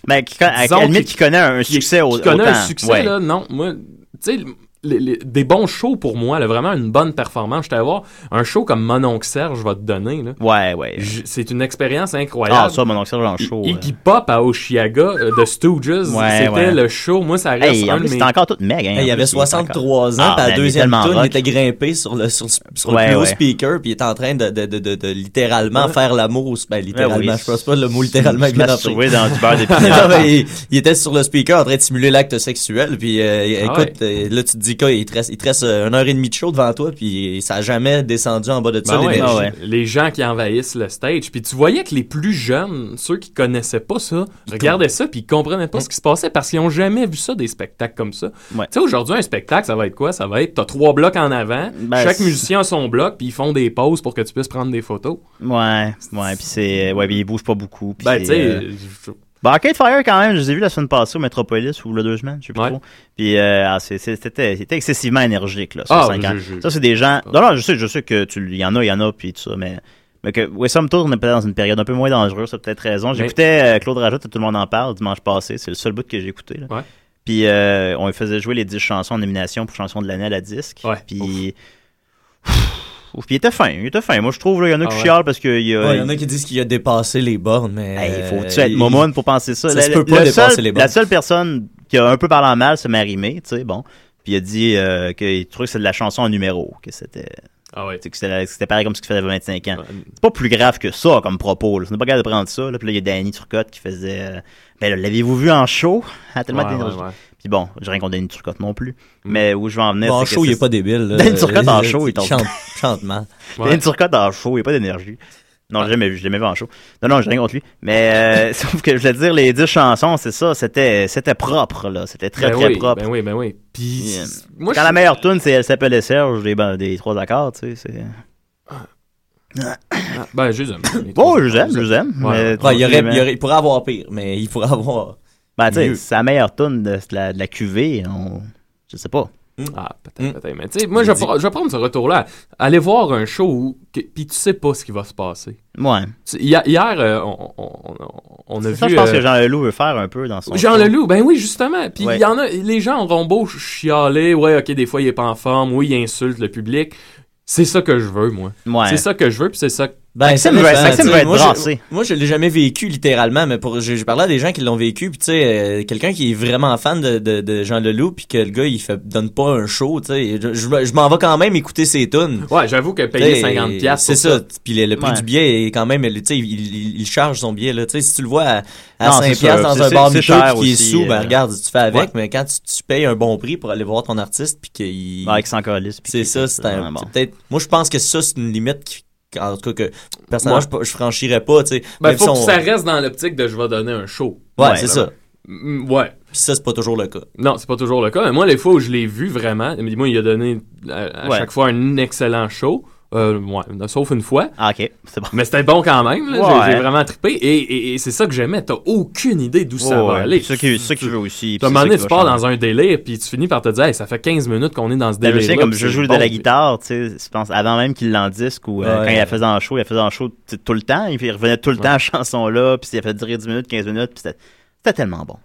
C: Ben, qui con- à
F: Disons
C: la limite,
F: qu'il-
C: qui connaît un succès au-
F: Tu connais
C: autant.
F: un succès,
C: Ouais.
F: là, non. Moi, tu sais, les- les- des bons shows pour moi, là, vraiment une bonne performance. Je t'allais voir un show comme Mononcle Serge va te donner. là.
C: Ouais, ouais.
F: J- C'est une expérience incroyable.
C: Ah, ça, mon oncle Serge en
F: I-
C: show. là.
F: Iggy Pop à Oshiaga euh, de Stooges,
C: Ouais,
F: c'était
C: ouais.
F: le show. Moi, ça reste
C: hein. Hey,
F: un
C: en
F: de
C: plus,
F: mes...
C: c'était encore tout meg. Hein,
E: Hey, il avait 63 ans,
C: Ah,
E: puis à
C: mais
E: la
C: il est
E: deuxième
C: tellement
E: tour,
C: rock.
E: il était grimpé sur le, sur, sur le
C: Ouais,
E: plus haut
C: ouais.
E: speaker, puis il était en train de, de, de, de, de littéralement faire l'amour. au- Ben, littéralement,
C: oui.
E: je pense pas le mot littéralement que
C: Je
E: je viens
C: masturbais dans du beurre d'épinards.
E: Non, mais il, il était sur le speaker en train de simuler l'acte sexuel. Puis euh,
F: Ah
E: écoute, euh, là, tu te dis quoi, il te reste, il te reste euh, une heure et demie de show devant toi, puis ça a jamais descendu en bas de ça.
F: Ben ouais,
E: l'énergie.
C: Ah ouais.
F: Les gens qui envahissent le stage. Puis tu voyais que les plus jeunes, ceux qui connaissaient pas ça, regardaient ça puis ils comprenaient pas ce qui se passait parce qu'ils ont jamais vu ça des spectacles comme ça.
C: Ouais.
F: Tu sais aujourd'hui un spectacle, ça va être quoi Ça va être t'as trois blocs en avant,
C: Ben,
F: chaque
C: c'est-
F: musicien a son bloc puis ils font des pauses pour que tu puisses prendre des photos.
C: Ouais, ouais, puis c'est. euh, Ouais, puis il bouge pas beaucoup. puis
F: Ben
C: c'est,
F: tu sais,
C: euh, Bah, Arcade Fire, quand même, je les ai vus la semaine passée au Metropolis ou le deux semaines, je sais plus
F: Ouais.
C: trop. Puis, euh, ah, c'est- c'est- c'était c'était excessivement énergique, là, sur
F: Ah,
C: cinq
F: je-
C: ans.
F: je-
C: Ça, c'est des gens. Non, non, je sais, je sais que tu il y en a, il y en a, puis tout ça, mais. Mais que Wessom Tour, on est peut-être dans une période un peu moins dangereuse, ça a peut-être raison. J'écoutais euh, Claude Rajot, tout le monde en parle, dimanche passé, c'est le seul bout que j'ai écouté. là.
F: Ouais.
C: Puis euh, on lui faisait jouer les 10 chansons en nomination pour chanson de l'année à la disque.
F: Ouais,
C: Puis. Ouf, puis il était fin, il était fin. Moi, je trouve, là, il y en a
F: Ah
C: qui
F: ouais.
C: chialent parce qu'il y a.
E: Ouais, il y en a qui disent qu'il a dépassé les bornes, mais.
C: Hey, faut-tu
E: euh,
C: être
E: il-
C: momoun pour penser ça?
E: Ça
C: La-
E: se peut
C: la-
E: pas
C: le seul-
E: dépasser les bornes.
C: La seule personne qui a un peu parlé en mal, c'est Marimé, tu sais, bon. Puis il a dit euh, qu'il trouvait que c'était de la chanson en numéro, que c'était
F: ah ouais.
C: tu sais, que c'était la- que c'était pareil comme ce qu'il faisait il y a 25 ans.
F: Ouais.
C: C'est pas plus grave que ça comme propos. là. On n'est pas capable de prendre ça. Là. Puis là, il y a Danny Turcotte qui faisait euh, Ben là, l'avez-vous vu en show? Ah, tellement
F: Ouais,
C: d'énergie.
F: ouais, ouais.
C: Puis bon, j'ai rien contre Danny Turcotte non plus. Mais où je vais en venir,
E: Bon, en
C: c'est que
E: show, il
C: c'est-
E: est pas débile. là.
C: Dan Turcotte en show, il tombe.
E: chante, chante mal.
F: Ouais.
C: Danny Turcotte en show, il n'y a pas d'énergie. Non, j'ai jamais vu, je l'ai jamais vu en show. Non, non, j'ai rien contre lui. Mais euh, sauf que je voulais dire, les 10 chansons, c'est ça, c'était c'était propre, là. C'était très,
F: Ben
C: très
F: oui,
C: propre.
F: Ben oui, ben oui. Puis
C: Yeah.
F: moi,
C: Quand
F: je-
C: la meilleure tune, c'est Elle s'appelait Serge, des, ben, des trois accords, tu sais. c'est-
F: Ah, ben je les aime. les
C: Bon,
F: trois-
C: je les aime, je les aime.
F: Ouais.
C: mais-
E: Ouais, il, y aurait,
C: mais-
E: il y aurait- il pourrait avoir pire, mais il pourrait avoir.
C: Ben, tu sais,
E: mieux.
C: c'est la meilleure tune de, de la, de la QV. On... Je sais pas.
F: Ah,
E: Mm.
F: peut-être, peut-être. Mais tu sais, moi, je vais
E: Dis-
F: pr- je vais prendre ce retour-là. Aller voir un show, où- que- puis tu sais pas ce qui va se passer.
C: Ouais.
F: Tu- hi- Hier, euh, on, on- on- on a
C: C'est
F: vu.
C: ça, je pense
F: euh,
C: que Jean Leloup veut faire un peu dans son.
F: Jean Leloup, ben oui, justement. Puis il
C: Ouais.
F: y en a, les gens auront beau ch- chialer, ouais, ok, des fois il est pas en forme, oui, il insulte le public. C'est ça que je veux, moi.
C: Ouais.
F: C'est ça que je veux, puis c'est ça. que-
E: Ben,
C: Maxime
E: ça
C: veut-
E: dépend,
C: Maxime
E: tu sais,
C: veut être
E: moi, je-
C: brassé.
E: Moi, je l'ai jamais vécu littéralement, mais pour j'ai j'ai parlé à des gens qui l'ont vécu, puis tu sais, euh, quelqu'un qui est vraiment fan de, de, de Jean Leloup, puis que le gars il fait donne pas un show, tu sais, je, je- je m'en vais quand même écouter ses tunes.
F: Ouais, j'avoue que
E: Tu
F: payer
E: sais,
F: 50 pièces
E: c'est ça. Puis le, le prix
C: Ouais.
E: du billet est quand même, tu sais, il, il, il charge son billet là. Tu sais, si tu le vois à, à
C: Non,
E: 5
C: c'est
E: piastres
C: sûr.
E: dans
C: C'est-
E: un
C: c'est-
E: bar
C: c'est
E: miteux
C: cher
E: qui est
C: aussi,
E: sous,
C: euh,
E: ben regarde, tu fais avec.
C: ouais.
E: Mais quand tu, tu payes un bon prix pour aller voir ton artiste, puis qu'il
C: Avec son colis. puis
E: c'est
C: qu'il-
E: ça, c'est un-
C: Ouais, bon.
E: c'est peut-être. Moi, je pense que ça, c'est une limite qui, en tout cas, que personnellement, je, pas- je franchirais pas, tu sais.
F: Ben,
E: Même si
F: faut que
E: on-
F: ça reste dans l'optique de je vais donner un show.
E: Ouais,
C: Ouais,
E: c'est
C: là.
E: ça.
F: Mm, Ouais.
E: Puis ça, c'est pas toujours le cas.
F: Non, c'est pas toujours le cas. Mais moi, les fois où je l'ai vu vraiment, mais moi, il a donné à, à
C: Ouais.
F: chaque fois un excellent show. Euh, ouais, sauf une fois.
C: Ah, ok, c'est bon.
F: Mais c'était bon quand même. là. J'ai-
C: Ouais.
F: J'ai vraiment trippé. Et, et- et c'est ça que j'aimais. T'as aucune idée d'où ça va
C: Ouais,
F: aller.
C: puis Ceux qui, ceux qui veulent aussi.
F: T'as un moment donné, tu pars dans un délire, puis tu finis par te dire, Hey, ça fait 15 minutes qu'on est dans ce
C: je sais,
F: délire.
C: comme je joue de la guitare, tu sais, je pense, avant même qu'il l'en disque ou euh,
E: Ouais.
C: quand il la faisait en show, il la faisait en show tu sais, tout le temps, il revenait tout le temps à la chanson là, puis il a fait durer 10 minutes, 15 minutes, puis c'était c'était tellement bon.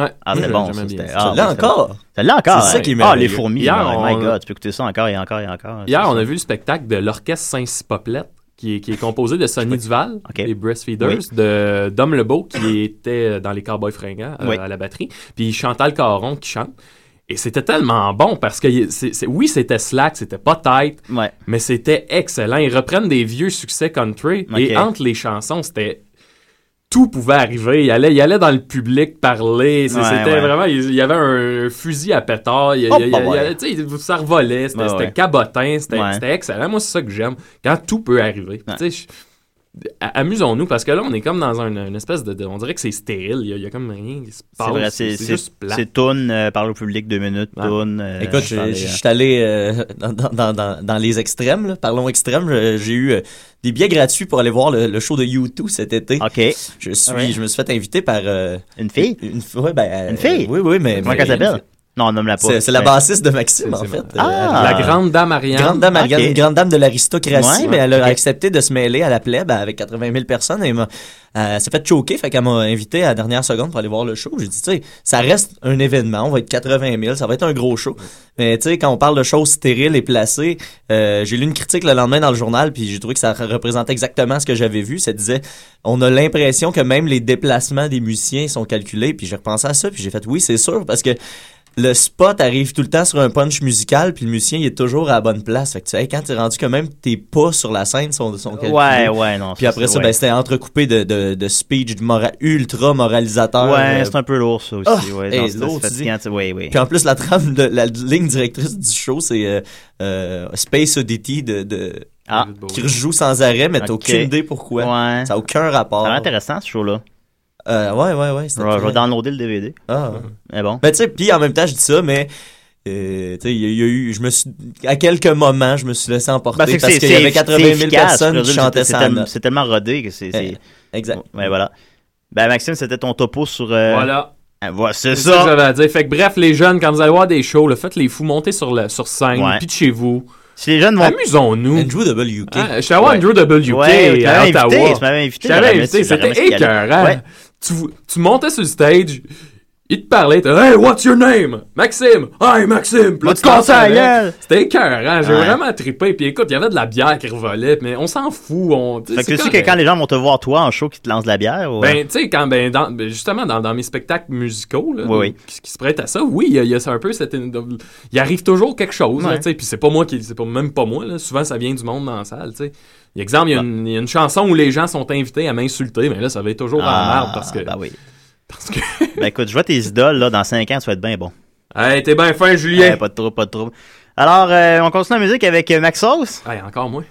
F: Ouais.
C: Ah, c'était
F: Mmh,
C: bon,
F: j'aime
C: ça,
F: bien
C: c'était-
F: ça.
C: ah,
E: là
C: ouais, c'était-
E: encore.
C: Celle-là encore.
E: C'est ça
C: hein.
E: qui est
C: Ah,
E: merveilleux.
C: les fourmis.
F: Hier,
C: là, My
F: on-
C: God, tu peux écouter ça encore et encore et encore.
F: Hier,
C: C'est
F: on
C: ça.
F: a vu le spectacle de l'orchestre Saint-Cypoplette, qui est, qui est composé de Sonny Duval,
C: Ok.
F: des Breastfeeders, de Dom Lebeau, qui était dans les Cowboys fringants euh,
C: Oui.
F: à la batterie, puis Chantal Caron qui chante. Et c'était tellement bon parce que y- c'est- c'est- oui, c'était slack, c'était pas tight,
C: Ouais.
F: mais c'était excellent. Ils reprennent des vieux succès country
C: Ok.
F: et entre les chansons, c'était tout pouvait arriver. Il allait, il allait dans le public parler. C'est-
C: Ouais,
F: c'était
C: ouais.
F: vraiment, il il y avait un fusil à pétard. Il, il-
C: Oh,
F: il-
C: bah
F: il-
C: ouais.
F: tu sais, il- ça revolait. C'était
C: Ouais,
F: c'était
C: ouais.
F: cabotin. C'était
C: Ouais.
F: c'était excellent. Moi, c'est ça que j'aime. Quand tout peut arriver. Puis, tu sais, je- a- Amusons-nous parce que là, on est comme dans une, une espèce de, de- On dirait que c'est stérile. Il y, a- il y a comme rien qui se passe.
C: C'est vrai, c'est
F: juste plat.
C: c'est Toon, euh, parle au public deux minutes,
F: Ouais.
C: Toon. euh,
E: Écoute, je
C: parler,
E: je- je
C: euh,
E: suis allé euh, dans, dans- dans- dans- dans les extrêmes, là. parlons extrêmes. Je- J'ai eu euh, des billets gratuits pour aller voir le, le show de U2 cet été.
C: Ok,
E: Je suis,
C: Ah, Ouais.
E: je me suis fait inviter par euh,
C: une fille.
E: Une, ouais, ben, euh,
C: Une fille?
E: Oui, oui, mais.
C: Comment
E: mais-
C: qu'elle s'appelle? Non, nomme-la pas.
E: C'est c'est la
C: Ouais.
E: bassiste de Maxime, en
F: c'est-
E: fait.
C: Ah!
E: Euh,
F: La grande dame Ariane.
E: Grande dame, Ariane,
C: Ok.
E: une grande dame de l'aristocratie,
C: Ouais.
E: mais elle a
C: Ok.
E: accepté de se mêler à la plèbe avec 80 000 personnes et elle m'a- euh, elle s'est fait choquer, fait qu'elle m'a invité à la dernière seconde pour aller voir le show. J'ai dit, tu sais, ça reste un événement, on va être 80 000, ça va être un gros show. Mais tu sais, quand on parle de choses stériles et placées, euh, j'ai lu une critique le lendemain dans le journal, puis j'ai trouvé que ça représentait exactement ce que j'avais vu. Ça disait, on a l'impression que même les déplacements des musiciens sont calculés, puis j'ai repensé à ça, puis j'ai fait, oui, c'est sûr, parce que le spot arrive tout le temps sur un punch musical, puis le musicien il est toujours à la bonne place. Fait que, tu sais, quand t'es rendu que même tes pas sur la scène sont, sont calculés.
C: Ouais, ouais, non.
E: Puis après ça,
C: ouais.
E: ben, c'était entrecoupé de, de, de speech de mora- ultra moralisateur.
C: Ouais,
E: euh,
C: c'est un peu lourd, ça
E: Ah!
C: aussi. ouais,
E: Hey,
C: non, c'est-
E: lourd,
C: c'est
E: tu
C: fatigant, tu- ouais, ouais.
E: puis en plus, la trame de la ligne directrice du show, c'est euh, euh, Space Oddity de, de-
C: Ah,
F: David
E: qui
F: Bowie.
E: rejoue sans arrêt, mais t'as
C: Ok.
E: aucune idée pourquoi.
C: ouais.
E: Ça
C: Ça
E: n'a aucun rapport.
C: a l'air intéressant, ce show-là.
E: Euh, ouais, ouais, ouais.
C: Je
E: c'était
C: vais je
E: très-
C: vais downloader le DVD.
E: Ah.
C: Mais bon.
E: Ben, tu sais, puis en même temps, je dis ça, mais. euh, tu sais, il y, a- il y a eu. Je me suis, à quelques moments, je me suis laissé emporter
C: Ben, c'est que
E: parce
C: c'est-
E: qu'il y
C: c'est
E: avait
C: efficace,
E: 80 000
C: je
E: personnes qui
C: présume,
E: chantaient
C: c'est-
E: ça.
C: c'est
E: à
C: tellement-
E: notes.
C: C'est tellement rodé que c'est. c'est-
E: Exact.
C: Ouais, voilà. Ben, Maxime, c'était ton topo sur. euh,
F: Voilà.
C: Ah, voilà, c'est
F: C'est ça que
C: ça.
F: j'avais à dire. Fait que bref, les jeunes, quand vous allez voir des shows, le faites les fous, montez sur, la, sur scène,
C: Ouais.
F: pitchez-vous.
C: Si les
E: Ah,
C: jeunes vont.
F: Amusons-nous.
E: Andrew WK.
F: Ah, J'étais à Andrew WK
C: Ouais, tu
F: à
C: m'avais
F: Ottawa.
C: invité. Tu m'avais invité.
F: Je t'avais
C: j'aurais aimé-
F: invité,
C: j'aurais aimé
F: c'était
C: s'y aller.
F: écœurant.
C: Ouais.
F: Tu, tu montais sur le stage, il te parlait, t'es Hey, what's your name? Maxime! Hey, Maxime! Puis là,
C: Moi, tu
F: tu lançais la
C: conseilles,
F: lettre.
C: elle.
F: C'était écœurant, j'ai
C: Ouais.
F: vraiment trippé. Puis écoute, il y avait de la bière qui revolait, mais on s'en fout. On,
C: Fait que tu sais que quand les gens vont te voir, toi, en show, qui te lance de la bière. ou-
F: Ben, tu sais, quand, ben, dans- ben, justement, dans, dans mes spectacles musicaux, là,
C: Oui, oui.
F: Qui, qui se prêtent à ça, oui, il y a- il y, a un peu cette. Il arrive toujours quelque chose, là,
C: Ouais.
F: tu sais. Puis c'est pas moi qui. C'est pas, même pas moi, là. Souvent, ça vient du monde dans la salle, tu sais. Exemple, il y, a une- il y a une chanson où les gens sont invités à m'insulter, mais là, ça va être toujours en marde parce que.
C: Ben oui.
F: Parce que.
C: Ben écoute, je vois tes idoles, là, dans 5 ans, tu vas être bien bon.
F: hey, t'es bien fin, Julien!
C: Ouais, Eh, pas de trouble, pas de trouble. Alors, euh, on continue la musique avec euh, Maxos.
F: Hey, encore moi.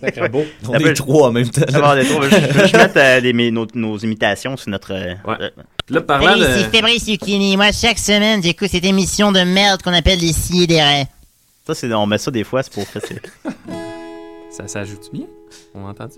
F: Sacré beau.
E: On
C: Ça
E: est
C: peut-
E: trois en même temps.
C: Ça va avoir des troubles. Je je vais mettre euh, des- mes- nos, nos imitations sur notre. euh,
F: Ouais.
C: euh,
F: Puis là, parlant
G: Salut,
F: de.
G: ici Fabrice Zucchini. Moi, chaque semaine, j'écoute cette émission de merde qu'on appelle les sidérés.
C: ça, c'est, on met ça des fois, c'est pour faire. c'est-
F: Ça s'ajoute bien? On m'a entendu?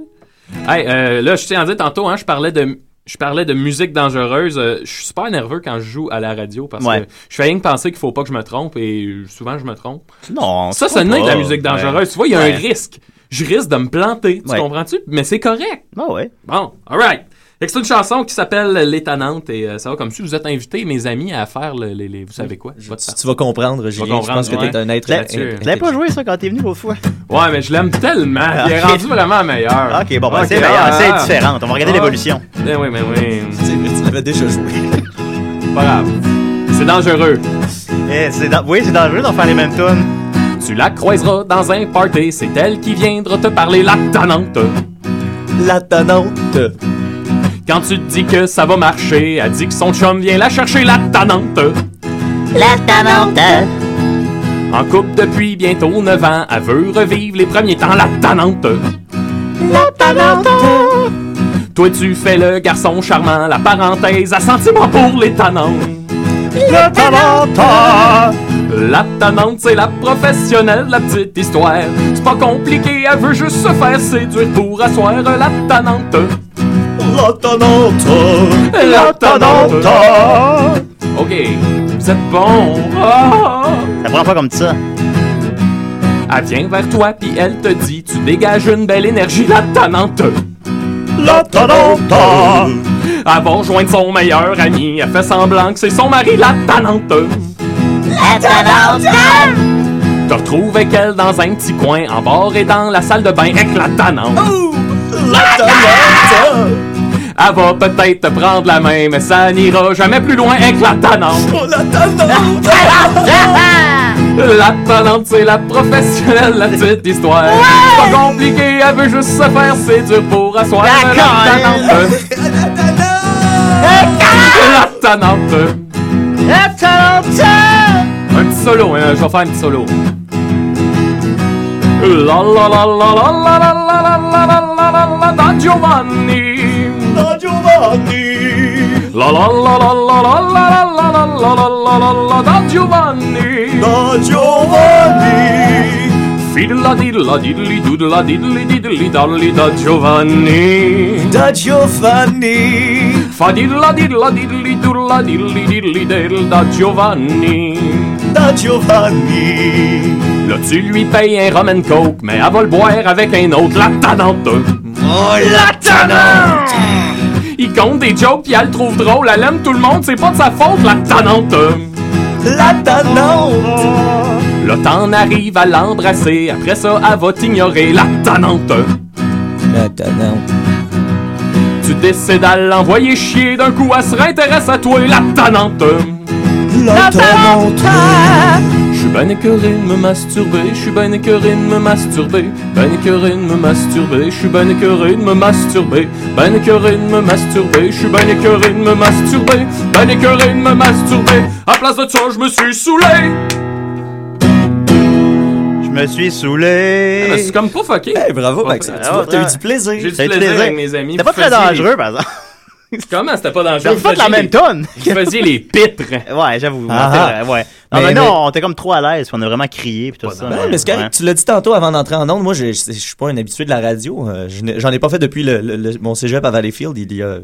F: Hey, euh, là, je tiens à dire tantôt, hein, je parlais de. Je parlais de musique dangereuse. Euh, je suis super nerveux quand je joue à la radio parce
C: Ouais.
F: que je fais rien que penser qu'il faut pas que je me trompe et souvent je me trompe.
C: Non,
F: Ça,
C: c'est
F: ça n'est
C: pas-
F: de la musique dangereuse. Tu vois, il y a
C: Ouais.
F: un risque. Je risque de me planter. Tu
C: Ouais.
F: comprends-tu? Mais c'est correct.
C: Ouais. Ah ouais.
F: Bon, alright. Fait que C'est une chanson qui s'appelle L'étonnante et euh, ça va comme si vous êtes invités, mes amis, à faire le- les, les- vous savez quoi? Votre
E: Tu, tu vas comprendre, Julien. Je
F: comprendre,
E: pense que
F: ouais.
E: t'es un être.
C: Là-
E: intelligent.
C: Tu l'avais pas joué, ça, quand t'es venu l'autre fois?
F: Ouais, mais je l'aime tellement. Il est
C: Ok.
F: rendu vraiment meilleur.
C: Ok, bon, ben,
F: Ok,
C: c'est, meilleur,
F: ah.
C: c'est différent. On va regarder
F: Ah.
C: l'évolution.
F: Ben oui, ben oui.
E: Tu sais, mais Tu l'avais déjà joué.
F: C'est pas grave. C'est dangereux.
C: Eh, c'est dans- Oui, c'est dangereux d'en faire les mêmes tunes.
F: Tu la croiseras dans un party. C'est elle qui viendra te parler la tannante.
E: La tannante.
F: Quand tu te dis que ça va marcher, elle dit que son chum vient la chercher la tannante.
G: La talente.
F: En couple depuis bientôt 9 ans, elle veut revivre les premiers temps la tannante. La tannante. Toi, tu fais le garçon charmant, la parenthèse à sentiment pour les tannantes.
C: La Talenta!
F: La tannante, c'est la professionnelle, la petite histoire. C'est pas compliqué, elle veut juste se faire séduire pour asseoir la tannante.
E: La tannante.
F: La tannante! Ok, vous êtes bon. Ah!
C: Ça prend pas comme ça.
F: Elle vient vers toi, puis elle te dit Tu dégages une belle énergie, la tannante.
C: La Talenta!
F: Elle va rejoindre son meilleur ami, elle fait semblant que c'est son mari, la tannante.
G: La talente.
F: Te retrouves avec elle dans un petit coin, en bord et dans la salle de bain, avec la tannante.
E: La tannante.
F: Elle va peut-être te prendre la main, mais ça n'ira jamais plus loin avec la tannante.
E: Oh, la tannante.
F: La talente, c'est la professionnelle, la petite histoire. C'est Pas compliqué, elle veut juste se faire séduire pour asseoir la talente. La talente.
C: La Talenta!
F: Un petit solo, hein, je vais faire un petit solo. La la la la la la la la la la la la la Don Giovanni. La la la la la la la la la la la la la la la Don Giovanni. Fidla didla diddly doodla diddly diddly doddly da Giovanni.
E: Da Giovanni.
F: Fa didla didla didli doodla didli didli del da Giovanni.
E: Da Giovanni.
F: Là, tu lui payes un rum and coke, mais elle va le boire avec un autre, la tanante.
E: Oh là
F: Tanante! Il compte des jokes, puis elle le trouve drôle, elle aime tout le monde, c'est pas de sa faute, la tanante.
E: La tanante.
F: Là, t'en arrives à l'embrasser, après ça, elle va t'ignorer, la tanante.
E: La tanante.
F: Tu décides à l'envoyer chier, d'un coup, elle se réintéresse à toi, la tanante.
E: La tanante.
F: Je suis ben écœuré de me masturber, je suis ben écœuré de me masturber, ben écœuré de me masturber, je suis ben écœuré de me masturber, ben écœuré de me masturber, je suis ben écœuré de me masturber, ben écœuré de me masturber, à place de ça je me suis saoulé!
C: Je me suis saoulé.
F: Ah, ben, C'est comme pas fucké!
C: Eh,
E: Hey, bravo, Maxime. Tu vois, T'as eu du
F: J'ai
E: plaisir.
F: du
C: c'est
F: plaisir
C: plaisir.
F: avec mes amis.
C: C'était pas
F: Vous
C: très
F: faisiez les-
C: dangereux, par exemple.
F: Comment c'était pas dangereux?
C: J'ai fait la même
F: tête.
C: tonne.
F: Vous faisiez les pitres!
C: Ouais, j'avoue.
E: Ah.
C: c'est vrai, ouais. Non,
E: Mais-
C: mais, non,
E: mais-
C: on était comme trop à l'aise, puis on a vraiment crié, puis tout ça.
E: Ouais,
C: mais-
E: mais c'est correct.
C: ouais.
E: tu l'as dit tantôt avant d'entrer en onde. Moi, je, je, je suis pas un habitué de la radio. Euh, je n'ai- J'en ai pas fait depuis le, le- le- mon cégep à Valleyfield il y a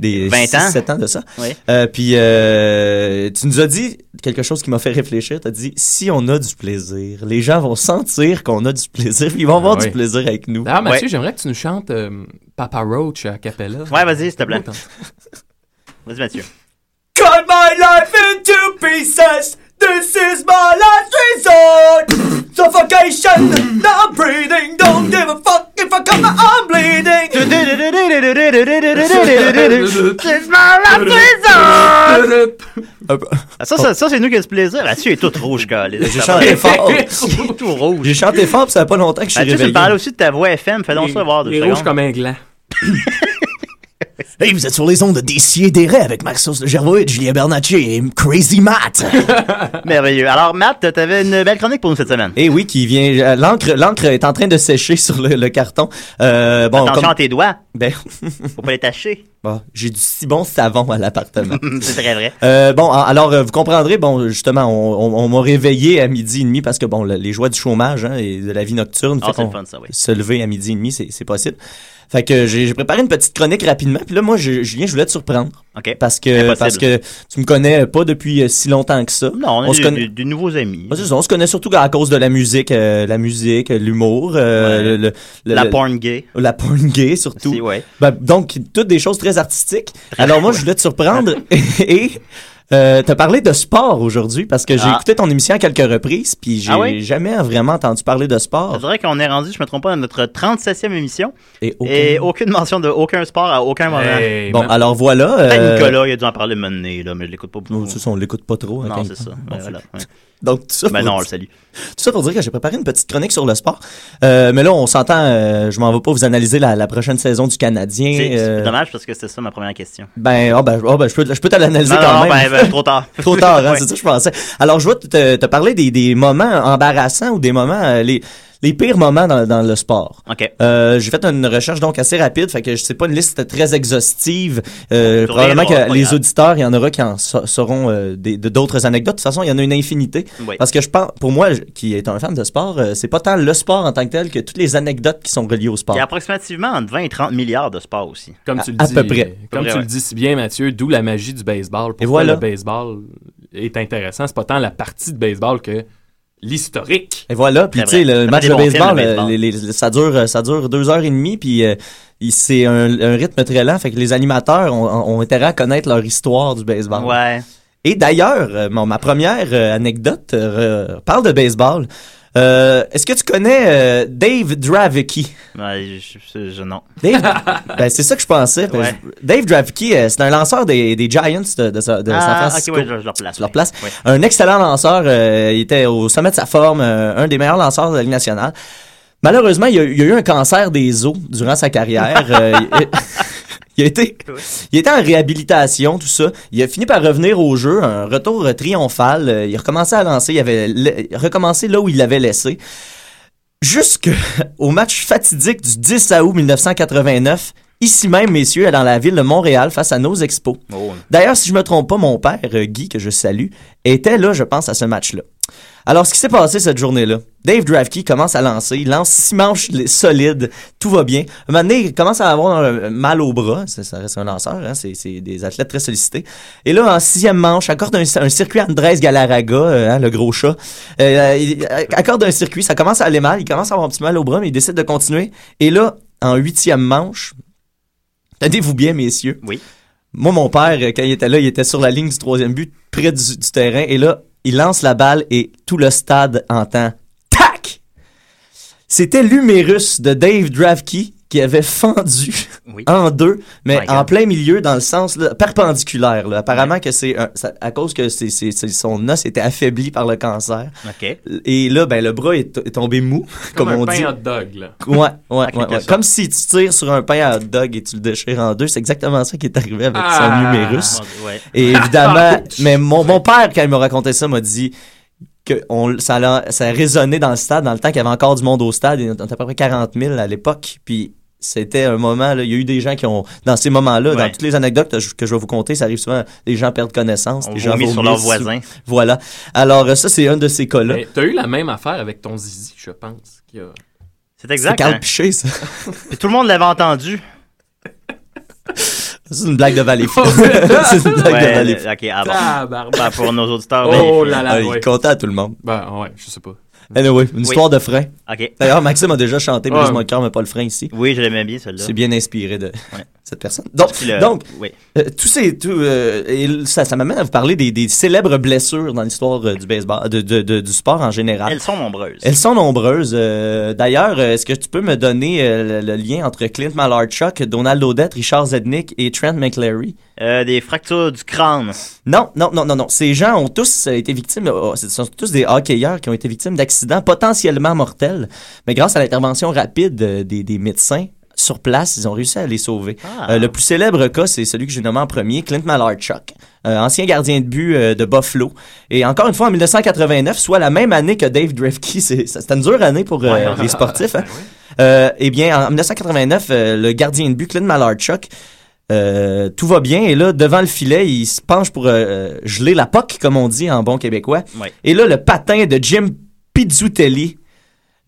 E: des
C: 20
E: six,
C: ans.
E: 7 ans de ça.
C: Oui.
E: Euh, puis euh, tu nous as dit quelque chose qui m'a fait réfléchir. Tu as dit si on a du plaisir, les gens vont sentir qu'on a du plaisir, puis ils vont avoir
F: oui. Ah,
E: du plaisir avec nous.
F: D'ailleurs, Mathieu,
C: Ouais.
F: j'aimerais que tu nous chantes euh, Papa Roach à Capella.
C: Ouais, vas-y, s'il te plaît. Vas-y, Mathieu.
E: Cut my life into pieces. This is my last resort. Suffocation, now breathing. Don't give a fuck if I come out, I'm bleeding. Euh,
C: Ça, ça, ça, c'est nous qui a du plaisir. Mathieu est tout rouge, gars.
E: bah, J'ai chanté fort.
C: tout rouge.
E: J'ai chanté fort, puis ça fait pas longtemps que je suis
C: Mathieu, tu
E: réveillé.
C: me parlais aussi de ta voix FM. Fais donc ça voir deux
F: Les rouges
C: secondes.
F: comme un gland.
B: Hey, vous êtes sur les ondes de DCA des rêves avec Maxos de Gervais, Julien Bernatier et Crazy Matt.
C: Merveilleux. Alors, Matt, t'avais une belle chronique pour nous cette semaine.
E: Eh oui, qui vient. euh, L'encre, l'encre est en train de sécher sur le, le carton. Euh, bon,
C: Attention
E: comme-
C: à tes doigts.
E: ben,
C: Faut pas les tâcher.
E: bon, j'ai du si bon savon à l'appartement.
C: c'est très vrai.
E: Euh, bon, a- alors euh, vous comprendrez, bon, justement, on, on- on m'a réveillé à midi et demi parce que bon, le- les joies du chômage hein, et de la vie nocturne,
C: Ah,
E: fait
C: c'est
E: qu'on-
C: le fun, ça, oui.
E: se lever à midi et demi, c'est c'est possible. Fait que j'ai j'ai préparé une petite chronique rapidement, puis là, moi, je- Julien, je voulais te surprendre
C: OK.
E: parce que
C: Impossible.
E: parce que tu me connais pas depuis euh, si longtemps que ça.
C: Non, on a
E: On
C: des,
E: se connaît-
C: des- des nouveaux amis.
E: Ah, c'est ça, on se connaît surtout à cause de la musique, euh, la musique, euh, l'humour, euh,
C: Ouais.
E: le- le- le-
C: La
E: le-
C: porn gay.
E: la porn gay surtout.
C: Si, ouais.
E: Ben, donc, toutes des choses très artistiques. Alors moi, je voulais te surprendre et euh, te parler de sport aujourd'hui parce que j'ai
C: Ah.
E: écouté ton émission à quelques reprises, puis j'ai
C: Ah oui?
E: jamais vraiment entendu parler de
C: C'est
E: sport.
C: vrai qu'on est rendu, je me trompe pas, à notre 37e émission
E: Et aucun-
C: et aucune mention de aucun sport à aucun moment.
F: Hey,
E: Bon,
F: man.
E: alors voilà.
C: Ben,
E: euh,
C: Nicolas, il a dû en parler maintenant, là, mais je l'écoute pas beaucoup.
E: oh, c'est ça, on l'écoute pas trop. hein,
C: non,
E: quand-
C: c'est ça. Ouais,
E: Bon,
C: voilà. Ouais.
E: Donc, tout ça,
C: Ben
E: pour-
C: non, on le salue.
E: Tout ça pour dire que j'ai préparé une petite chronique sur le sport. Euh, mais là, on s'entend, euh, je m'en vais pas vous analyser la, la prochaine saison du Canadien.
C: C'est
E: euh,
C: c'est dommage parce que c'était ça ma première question.
E: ben, ah ben, ah ben, je peux, je peux te l'analyser
C: Non,
E: quand
C: non,
E: même.
C: ben, ben, trop tard.
E: Trop tard, hein,
C: Ouais.
E: c'est ça que je pensais. Alors, je vais te, te parler des, des moments embarrassants ou des moments, euh, les, les pires moments dans, dans le sport.
C: OK.
E: Euh, j'ai fait une recherche donc assez rapide, fait que c'est pas une liste très exhaustive. Euh,
C: Tu
E: probablement
C: reviendras,
E: que
C: pas
E: les
C: grave.
E: auditeurs, il y en aura qui en sa- sauront euh, des- de- d'autres anecdotes. De toute façon, il y en a une infinité.
C: Oui.
E: Parce que je pense, pour moi, je- qui est un fan de sport, euh, c'est pas tant le sport en tant que tel que toutes les anecdotes qui sont reliées au sport.
C: Il y a approximativement entre 20 et 30 milliards de sports aussi.
F: Comme
E: À-
F: tu le
E: à
F: dis,
E: peu près.
F: Comme
C: près,
F: tu le
C: ouais.
F: dis si bien, Mathieu, d'où la magie du baseball. Pourquoi
E: voilà.
F: le baseball est intéressant, c'est pas tant la partie de baseball que l'historique.
E: Et voilà, puis tu
C: Très
E: sais,
C: vrai.
E: le
C: Ça
E: match
C: fait
E: de
C: des bons films,
E: baseball,
C: le
E: euh,
C: baseball.
E: les- les- ça dure, euh, ça dure deux heures et demie, puis euh, il- c'est un, un rythme très lent, fait que les animateurs ont, ont intérêt à connaître leur histoire du baseball.
C: Ouais.
E: Et d'ailleurs, euh, mon- ma première euh, anecdote euh, parle de baseball. Euh, Est-ce que tu connais euh, Dave Dravicki?
C: Ouais, je, je- je- non.
E: Dave, ben, c'est ça que je pensais. Ben,
C: Ouais.
E: je- Dave Dravicki, euh, c'est un lanceur des, des Giants de, de, Sa- de San
C: Ah, ok,
E: Francisco.
C: ouais, je, je leur place.
E: Tu leur
C: ouais.
E: places.
C: Ouais.
E: Un excellent lanceur, euh, il était au sommet de sa forme, euh, un des meilleurs lanceurs de la Ligue nationale. Malheureusement, il a, il a eu un cancer des os durant sa carrière. Euh, il, il a été, il était en réhabilitation, tout ça. Il a fini par revenir au jeu, un retour euh, triomphal. Euh, Il a recommencé à lancer, il avait la- recommencé là où il l'avait laissé. Jusqu'au match fatidique du 10 août 1989, ici même, messieurs, dans la ville de Montréal, face à nos expos.
C: Oh,
E: D'ailleurs, si je me trompe pas, mon père, euh, Guy, que je salue, était là, je pense, à ce match-là. Alors, ce qui s'est passé cette journée-là, Dave Dravke commence à lancer, il lance six manches li- solides, tout va bien. Un moment donné, il commence à avoir un- un mal au bras, ça, ça reste un lanceur, hein, c'est, c'est des athlètes très sollicités. Et là, en sixième manche, accorde un, un circuit à Andrés Galarraga, euh, hein, le gros chat, Euh, il accorde un circuit, ça commence à aller mal, il commence à avoir un petit mal au bras, mais il décide de continuer. Et là, en huitième manche, tenez-vous bien, messieurs,
C: Oui.
E: moi, mon père, euh, quand il était là, il était sur la ligne du troisième but, près du, du terrain, et là, il lance la balle et tout le stade entend TAC! C'était l'humérus de Dave Dravke qui avait fendu
C: Oui. Oh
E: en deux, mais
C: My
E: en
C: God.
E: plein milieu, dans le sens là, perpendiculaire. là. Apparemment que c'est un- ça- à cause que c'est- c'est- c'est- son os était affaibli par le cancer.
C: OK.
E: Et là, ben le bras est, est tombé mou, comme,
F: un
E: on
F: pain
E: dit.
F: hot dog, là.
E: Ouais, ouais, ouais,
C: quelque
E: ouais.
C: sorte.
E: Comme si tu tires sur un pain à hot dog et tu le déchires en deux. C'est exactement ça qui est arrivé avec
F: Ah.
E: son numérus.
C: Ouais.
E: Et évidemment, mais mon, mon père, quand il m'a raconté ça, m'a dit que on, ça, l'a- ça a résonné dans le stade, dans le temps qu'il y avait encore du monde au stade. Il y en a à peu près 40 000 à l'époque. Puis c'était un moment, là, il y a eu des gens qui ont, dans ces moments-là,
C: Ouais.
E: dans toutes les anecdotes que je, que je vais vous conter, ça arrive souvent, les gens perdent connaissance.
C: On
E: les gens
C: vomit sur
E: vomissent
C: leurs
E: sous-
C: voisins.
E: Voilà. Alors euh, ça, c'est un de ces cas-là.
F: Mais T'as eu la même affaire avec ton zizi, je pense. qui a-
C: C'est
E: C'est
C: exact.
E: Carl
C: hein.
E: Piché, ça.
C: Puis tout le monde l'avait entendu.
E: C'est une blague de Valleyfield. c'est une blague de
C: Ouais,
E: Valleyfield.
C: le- OK, ah bon.
F: Tabarnak.
C: Ben, pour nos auditeurs.
F: Oh
C: ben,
F: là
E: Ah,
F: là, ouais.
E: Il comptait à tout le monde.
F: Ben ouais, je sais pas.
C: Mm.
E: Anyway, une histoire de frein.
C: OK.
E: D'ailleurs, Maxime a déjà chanté
F: Ouais.
E: Brise mon cœur, mais pas le frein ici.
C: Oui, je l'aimais bien, celle-là.
E: C'est bien inspiré de
C: Ouais.
E: cette personne. Donc,
C: Puis le-
E: donc
C: oui.
E: euh, tout ces, tout, euh, et l- ça, ça m'amène à vous parler des, des célèbres blessures dans l'histoire euh, du baseball, de, de- de- du sport en général.
C: Elles sont nombreuses.
E: ah. Elles sont nombreuses. Euh, D'ailleurs, euh, est-ce que tu peux me donner euh, le, le lien entre Clint Malarchuk, Donald Odette, Richard Zednick et Trent McLary?
C: Euh, des fractures du crâne.
E: Non, non, non, non, non. Ces gens ont tous euh, été victimes, euh, ce sont tous des hockeyeurs qui ont été victimes d'accidents potentiellement mortels, mais grâce à l'intervention rapide euh, des, des médecins sur place, ils ont réussi à les sauver.
C: Ah.
E: Euh, le plus célèbre cas, c'est celui que j'ai nommé en premier, Clint Malarchuk, euh, ancien gardien de but euh, de Buffalo. Et encore une fois, en 1989, soit la même année que Dave Drefke, c'est- ça- c'était une dure année pour euh,
C: Ouais.
E: les sportifs. hein. Euh, eh bien, en 1989, euh, le gardien de but, Clint Malarchuk, euh, tout va bien et là devant le filet il se penche pour euh, geler la poque comme on dit en bon québécois
C: Ouais.
E: et là le patin de Jim Pizzutelli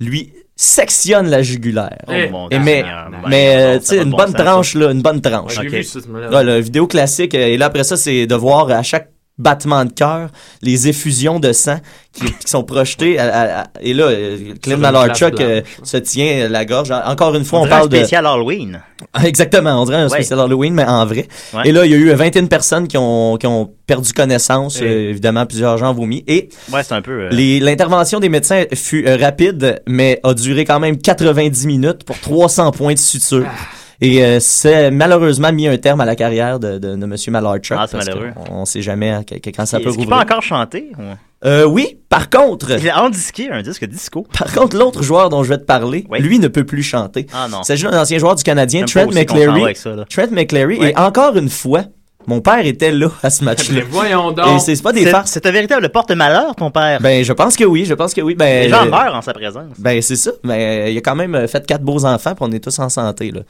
E: lui sectionne la jugulaire
C: Oh
F: Eh.
C: mon
E: Et
C: Dieu.
E: mais-
C: Seigneur, ben,
E: mais euh,
C: ça a
E: tu sais
C: pas de
E: une
C: bon
E: bonne
C: sens,
E: tranche là une bonne tranche
F: Ouais, j'ai
C: Ok.
F: vu ça, ce moment-là.
E: Ouais, le vidéo classique. euh, Et là, après ça, c'est de voir à chaque battement de cœur les effusions de sang qui, qui sont projetées. à- à- à- et là, euh, Clem
F: une
E: Malarchuk
F: place
E: euh,
F: blanche.
E: se tient la gorge. Encore une
C: ça.
E: fois, on,
C: dirait
E: parle
C: un
E: de...
C: spécial Halloween.
E: Exactement, on dirait un spécial Halloween, mais en vrai.
C: Ouais.
E: Et là, il y a eu 21 personnes qui ont, qui ont perdu connaissance.
F: Et-
E: euh, évidemment, plusieurs gens ont vomi. Et
C: Ouais, c'est un peu... euh,
E: les- l'intervention des médecins fut euh, rapide, mais a duré quand même 90 minutes pour 300 points de suture.
C: Ah.
E: Et euh, c'est malheureusement mis un terme à la carrière de, de, de M. Malarchuk.
C: Ah, c'est
E: parce
C: malheureux.
E: qu'on- On sait jamais à quel- quand ça peut
C: Est-ce qu'il peut
E: rouvrir.
C: encore chanter? ou-
E: Euh, oui, par contre,
C: Il a endisqué un disque disco.
E: par contre, l'autre joueur dont je vais te parler,
C: Oui.
E: lui ne peut plus chanter.
C: Ah non.
E: Il s'agit d'un ancien joueur du Canadien,
C: J'aime pas
E: Trent
C: aussi qu'on s'en va
E: McLary.
C: avec ça, là.
E: Trent McLary.
C: Ouais.
E: Et encore une fois, mon père était là à ce
F: Mais
E: match-là.
F: voyons
E: Et
F: donc.
E: c'est c'est pas des
C: C'est
E: farces.
C: c'est un véritable porte-malheur, ton père.
E: Ben, je pense que oui, je pense que oui. Ben,
C: Les gens
E: euh,
C: meurent en sa présence.
E: Ben, c'est ça. Mais il a quand même euh, fait quatre beaux enfants, puis on est tous en santé, là.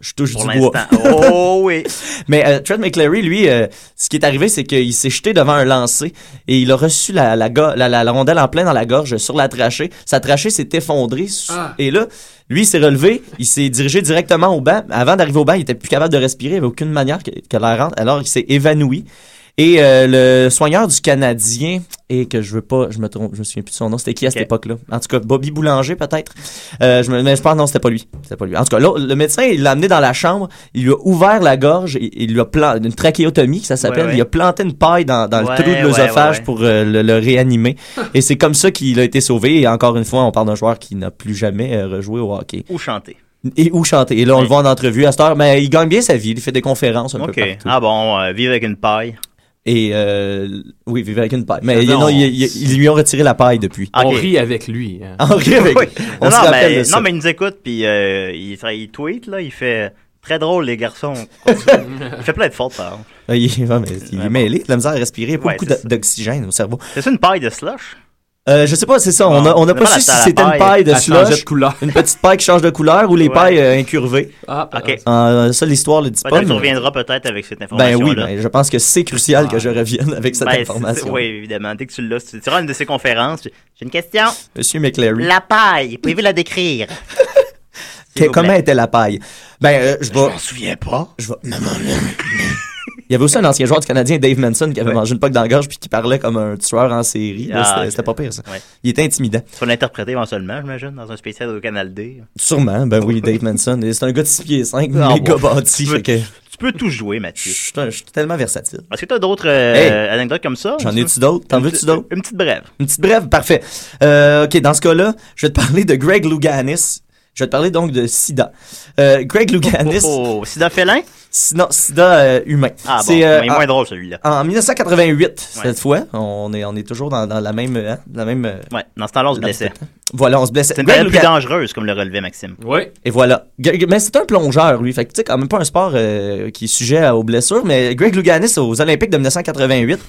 E: Je touche
C: Pour
E: du bois.
C: l'instant. Oh oui.
E: Mais euh, Trent McClary, lui, euh, ce qui est arrivé, c'est qu'il s'est jeté devant un lancer et il a reçu la, la, go- la, la- la rondelle en plein dans la gorge sur la trachée. Sa trachée s'est effondrée. sous-
F: Ah.
E: Et là, lui, il s'est relevé, il s'est dirigé directement au banc. Avant d'arriver au banc, il était plus capable de respirer, il avait aucune manière que, que l'air rentre. Alors, il s'est évanoui. Et euh, le soigneur du Canadien, et que je veux pas, je me trompe, je me souviens plus de son nom, c'était qui à cette
C: Ok.
E: époque-là? En tout cas, Bobby Boulanger peut-être? Euh, je me, mais je pense non, c'était pas lui. C'était pas lui. En tout cas, là, le médecin, il l'a amené dans la chambre, il lui a ouvert la gorge, il, il lui a planté une trachéotomie, que ça s'appelle,
C: Ouais, ouais.
E: il a planté une paille dans, dans
C: Ouais,
E: le trou de
C: ouais,
E: l'œsophage
C: ouais, ouais.
E: pour euh, le, le réanimer. et c'est comme ça qu'il a été sauvé. Et encore une fois, on parle d'un joueur qui n'a plus jamais euh, rejoué au hockey.
C: Ou chanter.
E: Et ou chanter. Et là, on
C: Ouais.
E: le voit en entrevue à cette heure, mais il gagne bien sa vie, il fait des conférences un
C: OK.
E: peu partout.
C: Ah bon, euh, vivre avec une paille.
E: Et euh, oui, vivait avec une paille. Mais
C: veux
E: il-
C: dire,
E: non,
C: on-
E: il- il- ils lui ont retiré la paille depuis.
C: OK.
F: On rit avec lui. hein.
E: Henri avec-
C: Ah. Oui.
E: on
C: non,
E: se
C: non,
E: rappelle
C: mais,
E: de ça.
C: non, mais il nous écoute, puis euh, il, tra- il tweet, là, il fait très drôle, les garçons. il fait plein de fautes, par exemple.
E: Ah, Il, ouais, mais il est
C: Ouais,
E: mêlé, il a de la misère à respirer, il a pas
C: Ouais,
E: beaucoup
C: c'est
E: d'a- d'oxygène au cerveau.
C: C'est une paille de slush?
E: Euh, je sais pas, c'est ça. On n'a on a
C: On a
E: pas
C: pas la
E: su si
C: salle à
E: c'était une
C: paille.
E: paille de
F: Elle changeait
E: slush,
F: de couleur.
E: une petite paille qui change de couleur ou les
C: Ouais.
E: pailles euh, incurvées.
F: Ah, ah,
C: Ok.
E: Euh, ça, l'histoire le dit
C: Ouais,
E: pas.
C: donc, tu
E: mais-
C: reviendras peut-être avec cette
E: Ben
C: information.
E: oui, ben, je pense que c'est crucial que je revienne avec cette information.
C: Oui, évidemment. Dès que tu l'as, tu tu auras une de ces conférences. puis, J'ai une question.
E: Monsieur McLary,
C: La paille, pouvez-vous la décrire?
E: que-
C: S'il vous plaît.
E: comment était la paille? Ben, euh, je vais...
B: Je m'en souviens pas.
E: je vais- Il y avait aussi un ancien joueur du Canadien, Dave Manson, qui avait
C: Ouais.
E: mangé une poque dans la gorge puis qui parlait comme un tueur en série. Là,
C: Ah,
E: c'était-
C: ok.
E: c'était pas pire, ça.
C: Ouais.
E: Il était intimidant.
C: Tu vas l'interpréter éventuellement, j'imagine, dans un spécial au Canal D.
E: Sûrement, ben oui, Dave Manson. Et C'est un gars de 6 pieds 5,
C: Ah,
E: méga
C: ouais.
E: bâti.
C: Tu
E: fait
C: peux,
E: que-
C: tu peux tout jouer,
E: Je
C: Mathieu.
E: suis un- je suis tellement versatile.
C: Est-ce que tu as d'autres euh,
E: Hey.
C: anecdotes comme ça?
E: J'en ai-tu d'autres? T'en
C: Une
E: veux-tu
C: petite-
E: d'autres?
C: Une petite brève.
E: Une petite brève, parfait. Euh, OK, dans ce cas-là, je vais te parler de Greg Louganis. Je vais te parler donc de SIDA. Euh, Greg Louganis,
C: Oh, sida félin?
E: si- non, SIDA euh, humain.
C: Ah bon,
E: C'est, euh,
C: mais
E: en-
C: moins drôle celui-là.
E: en, 1988,
C: Ouais.
E: cette fois, on est, on est toujours dans, dans la même... hein, la même euh,
C: Ouais, dans ce temps-là, on se blessait.
E: Voilà, on se blessait.
C: C'est une
E: Greg
C: période plus
E: Louga-
C: dangereuse, comme le relevait Maxime.
F: Oui.
E: Et voilà. Greg- Mais c'est un plongeur, lui. Fait que, tu sais, quand même pas un sport euh, qui est sujet à- aux blessures. Mais Greg Louganis, aux Olympiques de 1988,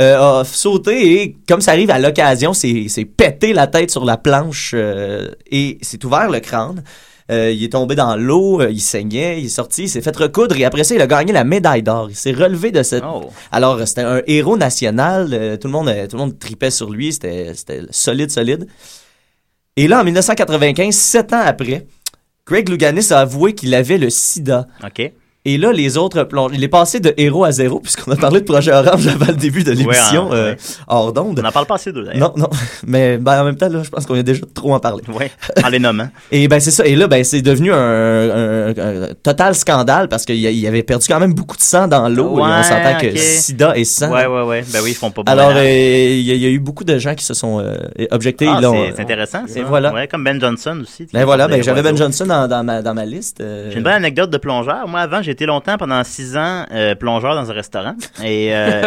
E: euh, a sauté et, comme ça arrive à l'occasion, s'est s'est pété la tête sur la planche euh, et s'est ouvert le crâne. Euh, il est tombé dans l'eau, euh, il saignait, il est sorti, il s'est fait recoudre et après ça, il a gagné la médaille d'or. Il s'est relevé de cette
C: Oh.
E: alors, euh, c'était un héros national. euh, tout, le monde, euh, tout le monde tripait sur lui. C'était c'était solide, solide. Et là, en 1995, sept ans après, Greg Louganis a avoué qu'il avait le sida.
C: OK.
E: Et là, les autres plongent. Il est passé de héros à zéro, puisqu'on a parlé de Projet Orange avant le début de l'émission
C: Ouais, hein,
E: euh,
C: ouais.
E: hors d'onde.
C: On en parle pas assez d'eux, d'ailleurs.
E: Non, non. Mais ben, en même temps, là, je pense qu'on a déjà trop en parlé.
C: Oui, en les nommant.
E: Et ben c'est ça. Et là, ben c'est devenu un, un- un total scandale parce qu'il y a- il avait perdu quand même beaucoup de sang dans l'eau. et on
C: Ouais,
E: s'entend que
C: ok.
E: sida et sang.
C: Ouais, ouais, ouais. Ben oui, ils font pas bon
E: Alors,
C: ménage.
E: euh, il y, a- il y a eu beaucoup de gens qui se sont euh, objectés.
C: Ah,
E: ils l'ont,
C: c'est
E: euh,
C: c'est intéressant.
E: et
C: Ça.
E: voilà.
C: Ouais, comme Ben Johnson aussi.
E: Ben voilà, ben,
C: Des
E: j'avais Ben
C: oiseaux.
E: Johnson dans, dans ma, dans ma liste. euh,
C: J'ai une bonne anecdote de plongeur. Moi, avant, j'ai été longtemps, pendant six ans, euh, plongeur dans un restaurant. Et, euh,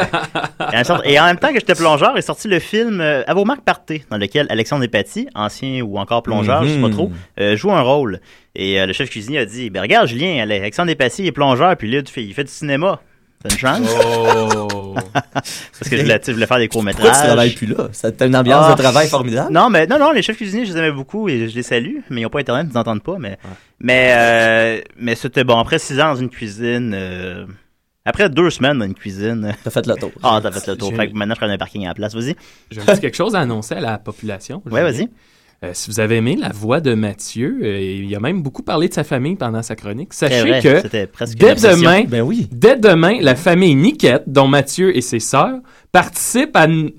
C: et en sorte- et en même temps que j'étais plongeur, est sorti le film euh, À vos marques partez, dans lequel Alexandre Despatie, ancien ou encore plongeur, je sais pas
E: Mhm.
C: trop, euh, joue un rôle. Et euh, le chef cuisinier a dit, ben regarde, Julien, allez, Alexandre Despatie il est plongeur, puis là, tu fais- il fait du cinéma. T'as une chance?
F: Oh.
C: Parce que je voulais, tu sais, je voulais faire des courts-métrages.
E: Pourquoi tu travailles plus là? Ça t'a une ambiance
C: Ah.
E: de travail formidable.
C: Non, mais non, non, les chefs cuisiniers, je les aimais beaucoup et je les salue, mais ils n'ont pas Internet, ils n'entendent pas. Mais, mais, euh, mais c'était bon. Après six ans dans une cuisine, euh, après deux semaines dans une cuisine,
E: T'as fait le tour.
C: ah, t'as fait le tour.
F: J'ai-
C: Fait que maintenant, je prends un parking à la place. Vas-y.
F: J'ai un petit quelque chose à annoncer à la population.
C: Ouais,
F: Julien.
C: vas-y.
F: Euh, si vous avez aimé la voix de Mathieu, euh, il a même beaucoup parlé de sa famille pendant sa chronique.
C: C'est
F: Sachez
C: vrai,
F: que
C: c'était presque.
F: dès
C: une obsession.
F: demain,
E: Ben oui.
F: dès demain, la famille Niquette, dont Mathieu et ses sœurs, participent à, n-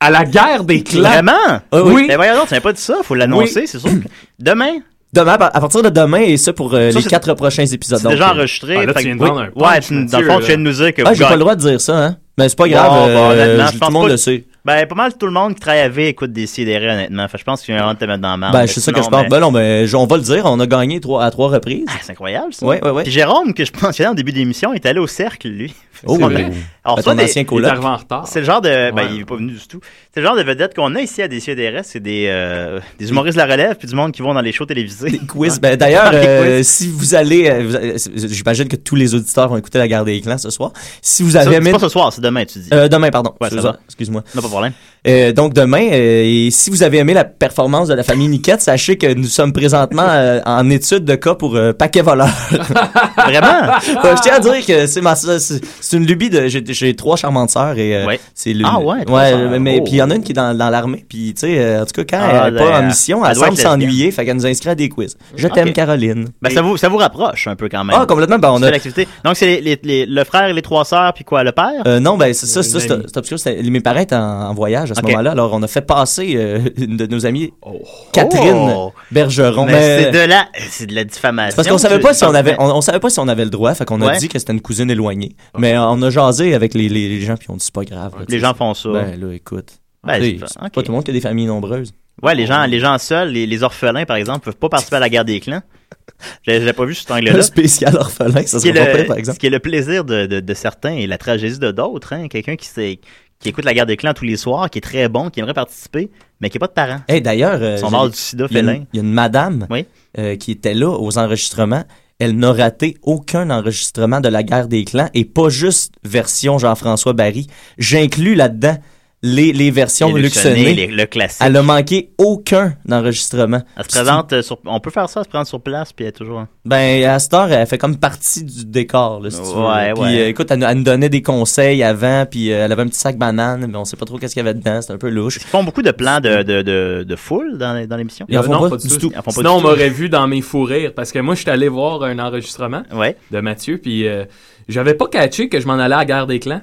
F: à la guerre des clans.
C: Vraiment?
E: Ah oui.
F: Oui.
C: Ben voyons, donc, tu n'as pas dit ça, faut l'annoncer, c'est sûr. que- Demain,
E: Demain, à partir de demain, et ça pour euh,
C: Ça,
E: les
C: c'est-
E: quatre prochains épisodes.
C: c'est
E: donc,
C: déjà
E: euh,
C: enregistré.
F: ah, là,
C: fait
F: tu
C: que-
F: viens de prendre un
C: Ouais,
F: punch,
C: tu- dans le fond, tu
F: Mathieu,
C: viens de nous dire que
E: Ah,
C: vous
E: j'ai pas le
C: gagnez.
E: droit de dire ça, hein? Mais c'est pas
C: Bon,
E: grave.
C: bon,
E: euh,
C: honnêtement, je
E: je- tout le
C: pense
E: monde
C: pas
E: le
C: que-
E: sait.
C: Ben, pas mal tout le monde qui travaille avec écoute des sidérés, honnêtement. Fait que je pense qu'il y a un de te mettre dans la merde.
E: Ben,
C: Ah, mais
E: je suis sûr que
C: sinon,
E: je parle.
C: mais-
E: Ben non, mais je- on va le dire. On a gagné trois, à trois reprises.
C: Ah, c'est incroyable, ça.
E: Ouais, ouais, ouais.
C: Puis Jérôme, que je pensais au début de l'émission, est allé au cercle, lui.
E: Oh,
C: c'est
E: ben,
C: vrai. Alors,
E: ben,
C: soit
E: ton
C: des-
F: Il
E: ancien
F: est
E: coloc.
F: arrivé en retard.
C: C'est le genre de. Ben,
F: Ouais.
C: il n'est pas venu du tout. C'est le genre de vedette qu'on a ici à E des CDRS. C'est des, euh, des humoristes de la relève puis du monde qui vont dans les shows télévisés.
E: quiz. Ben, d'ailleurs,
C: Des
E: euh, si vous allez, euh, vous- euh, j'imagine que tous les auditeurs vont écouter la Garde des Clans ce soir. Si vous
C: Ça,
E: avez
C: C'est
E: aimé,
C: pas ce soir, c'est demain, tu dis.
E: euh, demain, pardon,
C: Ouais, ça
E: Excuse-
C: va.
E: excuse-moi.
C: Non, pas de problème.
E: Euh, donc demain, euh, et si vous avez aimé la performance de la famille Niquette, sachez que nous sommes présentement euh, en étude de cas pour euh, paquet voleur.
C: Vraiment?
E: Euh, je tiens à dire que c'est ma, c'est c'est une lubie de, j'ai, j'ai trois charmantes sœurs et euh,
C: Ouais.
E: c'est l'une.
C: Ah ouais, trois sœurs.
E: mais
C: Oh.
E: puis il y en a une qui est dans, dans l'armée, puis tu sais, euh, en tout cas quand
C: Ah,
E: elle est pas
C: ben,
E: en mission,
C: elle
E: elle
C: doit
E: semble
C: être lesbienne.
E: s'ennuyer, fait qu'elle nous inscrit à des quiz. Je
C: Ok.
E: t'aime Caroline.
C: Ben, ça vous, ça vous rapproche un peu quand même.
E: Ah complètement, ben on
C: C'est
E: a
C: l'activité. Donc, c'est les, les- les- le frère et les trois sœurs, puis quoi, le père?
E: Euh, non, ben c'est ça,
F: Euh,
E: c'est ça,
F: une
E: c'est
F: amie.
E: c'est obscur. C'était- Mes parents étaient en, en voyage à ce
C: Ok.
E: moment-là, alors on a fait passer euh, une de nos amies,
F: Oh.
E: Catherine
C: Oh!
E: Bergeron.
C: Mais
E: mais-
C: c'est de la, c'est de la diffamation. Ben,
E: parce qu'on savait
C: Je-
E: pas si
C: je
E: on avait,
C: pense-
E: on, on savait pas si on avait le droit, fait qu'on a
C: Ouais.
E: dit que c'était une cousine éloignée. Mais euh, on a jasé avec les, les, les gens puis on dit c'est pas grave. là, tu
C: Les
E: sais,
C: gens font ça.
E: c'est- Ben là, écoute,
C: Ben,
E: Tu sais,
C: c'est-
E: c'est
C: ok.
E: pas tout le monde qui a des familles nombreuses.
C: Ouais, les gens, les gens seuls, les, les orphelins, par exemple, peuvent pas participer à la guerre des clans. Je l'ai pas vu sous cet
E: Le
C: angle-là.
E: spécial orphelin, ça
C: Ce qui,
E: serait
C: est
E: pas
C: le,
E: pire, par exemple.
C: ce qui est le plaisir de, de- de certains et la tragédie de d'autres. Hein? Quelqu'un qui, s'est- qui écoute la guerre des clans tous les soirs, qui est très bon, qui aimerait participer, mais qui n'a pas de parents.
E: Hey, d'ailleurs, euh,
C: Ils sont
E: j'ai-
C: morts du sida
E: il y, a
C: félin.
E: une, il y a une madame
C: Oui.
E: euh, qui était là aux enregistrements. Elle n'a raté aucun enregistrement de la guerre des clans et pas juste version Jean-François Barry. J'inclus là-dedans les, les versions
C: Les
E: luxonnées.
C: Luxonné, les- le classique.
E: Elle a manqué aucun enregistrement.
C: Elle se présente euh, sur, on peut faire ça, elle se prendre sur place, puis elle est toujours. en-
E: Ben, à cette heure, elle fait comme partie du décor, là, si tu veux.
C: Ouais,
E: Puis,
C: ouais.
E: euh, écoute, elle, nous- elle nous donnait des conseils avant, puis euh, elle avait un petit sac banane, mais on sait pas trop qu'est-ce qu'il y avait dedans, c'est un peu louche.
C: Ils font beaucoup de plans de, de, de, de foule dans, les- dans l'émission.
E: Ils en font
F: Euh, non,
E: pas,
F: pas
E: du
F: du
E: tout.
C: Ils en font pas du
F: Sinon, on
C: tout.
F: m'aurait vu dans mes fous rires parce que moi, je suis allé voir un enregistrement
C: Ouais.
F: de Mathieu, puis euh, j'avais pas catché que je m'en allais à la guerre des clans.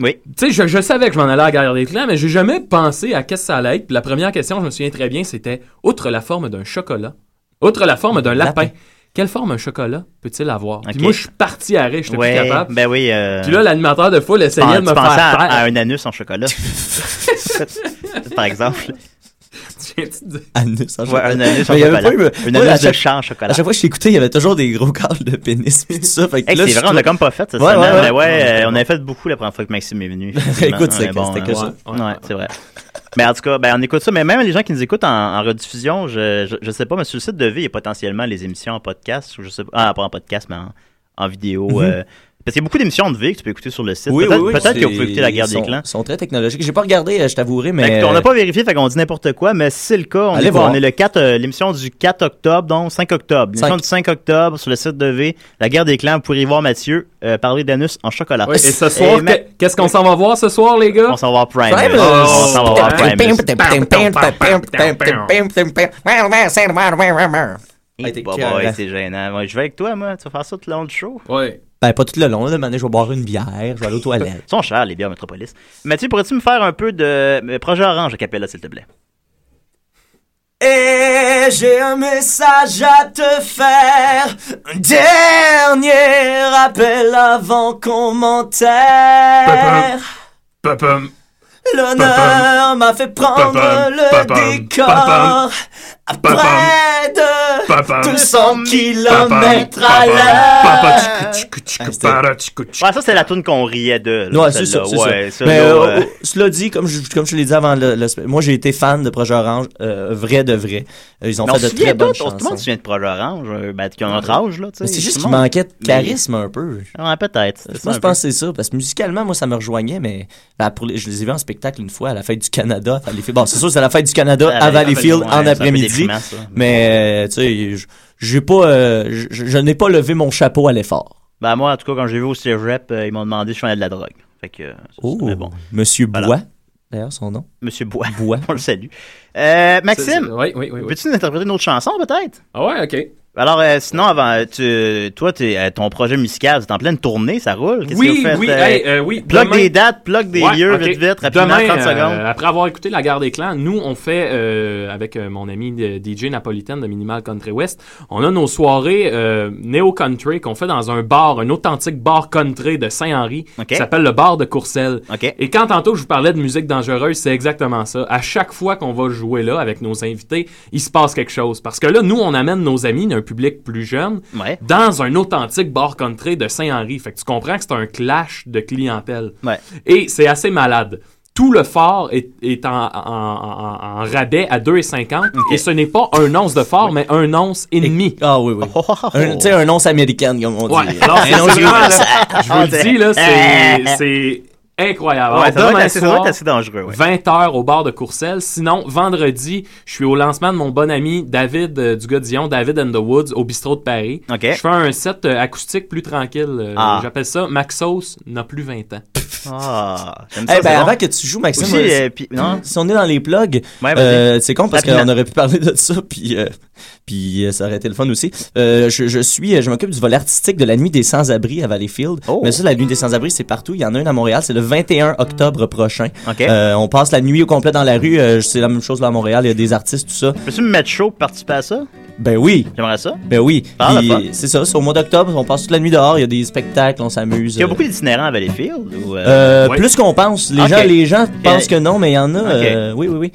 C: Oui.
F: Tu sais, je, je savais que je m'en allais à la guerre des clans, mais j'ai jamais pensé à qu'est-ce que ça allait être. Puis la première question, je me souviens très bien, c'était outre la forme d'un chocolat, outre la forme d'un lapin,
E: Lapin.
F: quelle forme un chocolat peut-il avoir Puis
C: Ok.
F: moi, je suis parti à rire, j'étais
C: Ouais,
F: plus capable.
C: Ben oui. Euh,
F: Puis là, l'animateur de foule
C: tu
F: essayait
C: pens-
F: de
C: tu
F: me faire
C: pensais à, à
F: taire.
C: un anus en chocolat. Par exemple.
F: J'ai-tu dit-
E: Anus, en
C: Ouais, un
E: chocolat.
C: anus en
E: Mais il y avait
C: chocolat.
E: pas eu-
C: Une
E: moi, à
C: anus de
E: chaque-
C: chat en chocolat.
E: À chaque fois que je l'écoutais, il y avait toujours des gros câbles de pénis pis tout ça. Fait que
C: Hey,
E: là,
C: c'est
E: je
C: vrai, on l'a comme pas fait cette
E: Ouais, ouais,
C: semaine.
E: ouais.
C: mais ouais,
E: Non, c'était
C: euh, on
E: bon.
C: avait fait beaucoup la première fois que Maxime est venu.
E: Écoute, c'est-
C: Mais bon,
E: c'était
C: hein.
E: que ça.
C: Ouais, ouais, c'est vrai. Mais en tout cas, ben, on écoute ça. Mais même les gens qui nous écoutent en, en rediffusion, je, je, je sais pas, mais sur le site de V, il y a potentiellement les émissions en podcast. Ou je sais pas, ah, pas en podcast, mais en, en vidéo. euh, parce qu'il y a beaucoup d'émissions de V que tu peux écouter sur le site.
E: Mhm. Oui,
C: peut-être
E: oui, oui,
C: peut-être
E: c'est-
C: que vous pouvez écouter La Guerre
E: ils
C: des
E: sont-
C: Clans.
E: Ils sont très technologiques. J'ai pas regardé, euh, je t'avouerai,
C: Fait
E: mais.
C: que on n'a pas vérifié, fait qu'on dit n'importe quoi, mais si c'est le cas, on,
E: Allez
C: est,
E: voir.
C: on est le 4, euh, l'émission du 4 octobre, donc 5 octobre. L'émission
E: Cinq.
C: du 5 octobre sur le site de V, La Guerre des Clans, vous pourrez y voir Mathieu euh, parler d'anus en chocolat.
F: Ouais, et ce soir,
C: Ma-
F: que- qu'est-ce qu'on s'en va voir ce soir, les gars
C: on s'en va voir Primus.
E: Primus!
C: On s'en va voir
E: Oh,
C: Primus.
E: Ah, t'es
C: Bah,
E: cœur,
C: bah,
E: hein.
C: c'est gênant. Ouais, je vais avec toi, moi. Tu vas faire ça tout le long du show.
F: Ouais.
E: Ben, pas tout le long, là. Maintenant, je vais boire une bière, je vais aller aux toilettes.
C: Ils sont chers, les bières Métropolis. Mathieu, pourrais-tu me faire un peu de euh, projet orange à Capella, s'il te plaît?
E: Et j'ai un message à te faire, un dernier appel avant commentaire.
F: Pum-pum.
E: L'honneur m'a fait prendre
F: Papam,
E: le
F: papam,
E: décor
F: papam,
E: après de
F: papam,
E: 200 kilomètres à
F: Papam,
E: l'heure.
F: papam, tchicu, tchicu,
E: Ah, c'était-
F: para, tchicu, tchicu.
C: Ouais, ça, c'est la tune qu'on riait de. là,
E: Ouais, c'est ça,
C: celle-là.
E: c'est
C: ouais,
E: ça.
C: celle-là,
E: Mais euh,
C: euh,
E: euh, cela dit, comme je, comme je l'ai dit avant, le- le- moi j'ai été fan de Projet Orange, euh, vrai de vrai. Euh, Ils ont
C: mais on
E: fait
C: se
E: de très
C: souvient
E: bonnes
C: tous, tout le
E: chansons. Ah,
C: monde se souvient de Projet Orange, euh, ben, qui ont notre âge, là, tu sais.
E: Mais c'est juste
C: tout
E: qu'il
C: le monde.
E: manquait de charisme un peu.
C: Ouais, peut-être. c'est ça,
E: Moi,
C: un
E: je
C: peu.
E: pense que c'est ça, parce que musicalement, moi, ça me rejoignait, mais là, pour les- je les ai vus en spectacle une fois à la fête du Canada. à Valleyfield. Bon, c'est sûr, c'est la fête du Canada
C: Ah,
E: à
C: ben,
E: Valleyfield
C: ouais,
E: en
C: c'est un peu
E: après-midi.
C: déprimant, ça.
E: Mais, euh, tu sais, je- j'ai pas, euh, je- je je n'ai pas levé mon chapeau à l'effort.
C: Ben, moi, en tout cas, quand j'ai vu au Steve Rep, euh, ils m'ont demandé si je faisais de la drogue. Fait que. euh, ça,
E: Oh,
C: c'était bon.
E: Monsieur
C: Voilà.
E: Bois, d'ailleurs, son nom.
C: Monsieur Bois.
E: Bois.
C: On le salue. Euh,
F: C'est- c'est-
C: Maxime,
F: Oui, oui, oui. oui.
C: peux-tu nous interpréter une autre chanson, peut-être?
F: Ah ouais, ok.
C: Alors, euh, sinon, avant, tu, toi, t'es, euh, ton projet musical, c'est en pleine tournée, ça roule? Qu'est-ce que
F: Oui,
C: vous faites?
F: oui,
C: euh,
F: hey, euh, oui.
C: plug
F: demain-
C: des dates, plug des
F: Ouais,
C: lieux,
F: ok.
C: vite, vite, rapidement,
F: Demain,
C: 30
F: euh,
C: secondes.
F: après avoir écouté La Guerre des Clans, nous, on fait, euh, avec euh, mon ami euh, DJ Napolitaine de Minimal Country West, on a nos soirées euh, néo-country qu'on fait dans un bar, un authentique bar country de Saint-Henri,
C: Ok.
F: qui s'appelle le Bar de Courcelles.
C: OK.
F: Et quand tantôt je vous parlais de musique dangereuse, c'est exactement ça. À chaque fois qu'on va jouer là avec nos invités, il se passe quelque chose. Parce que là, nous, on amène nos amis d'un public plus jeune
C: Ouais.
F: dans un authentique bar country de Saint-Henri. Fait que tu comprends que c'est un clash de clientèle.
C: Ouais.
F: Et c'est assez malade. Tout le fort est, est en, en- en- en rabais à 2,50 et ce n'est pas un once de fort, mais un once et demi.
E: Ah oui, oui.
C: Oh, oh, oh, oh.
E: Un- Tu sais, un once américaine, comme on dit.
F: Ouais, alors c'est
E: Un once
F: vraiment, là,
E: US.
F: je
C: Ah,
F: vous le dis, là, c'est- c'est incroyable.
C: Eh, Ouais, ça
F: Alors,
C: doit être
F: demain
C: assez- ça doit
F: soir,
C: être assez dangereux, ouais.
F: 20h au bar de Courcelles. Sinon, vendredi, je suis au lancement de mon bon ami David euh, du gars Dion, David and the Woods, au bistrot de Paris.
C: OK.
F: Je fais un set euh, acoustique plus tranquille. euh,
C: Ah.
F: J'appelle ça Maxos n'a plus 20 ans.
C: Ah, j'aime
E: Eh
C: ça,
E: ben,
C: c'est bon.
E: avant que tu joues, Maxime,
C: Aussi,
E: euh,
C: euh, puis- non?
E: si on est dans les plugs,
C: Ouais, Ah, vas-y.
E: euh, c'est con parce qu'on
C: Rapidement.
E: aurait pu parler de ça, puis, euh, puis euh, ça aurait été le fun aussi. Euh, je, je suis, euh, je m'occupe du volet artistique de la Nuit des Sans-Abris à Valleyfield.
C: Oh.
E: Mais ça, la Nuit des Sans-Abris, c'est partout. Il y en a une à Montréal, c'est le 21 octobre prochain.
C: OK.
E: Euh, on passe la nuit au complet dans la rue. euh, c'est la même chose là à Montréal, il y a des artistes, tout ça.
C: Peux-tu me mettre chaud pour participer à ça?
E: Ben oui,
C: J'aimerais ça.
E: ben oui.
C: Ah, la
E: Puis,
C: fun.
E: c'est ça, c'est au mois d'octobre, on passe toute la nuit dehors, il y a des spectacles, on s'amuse.
C: Il y a
E: euh,
C: beaucoup d'itinérants à Valleyfield? Ou, euh,
E: euh,
F: Ouais.
E: Plus qu'on pense. Les,
C: Ok.
E: gens, les gens
C: Euh,
E: pensent que non, mais il y en a. euh, oui, oui, oui.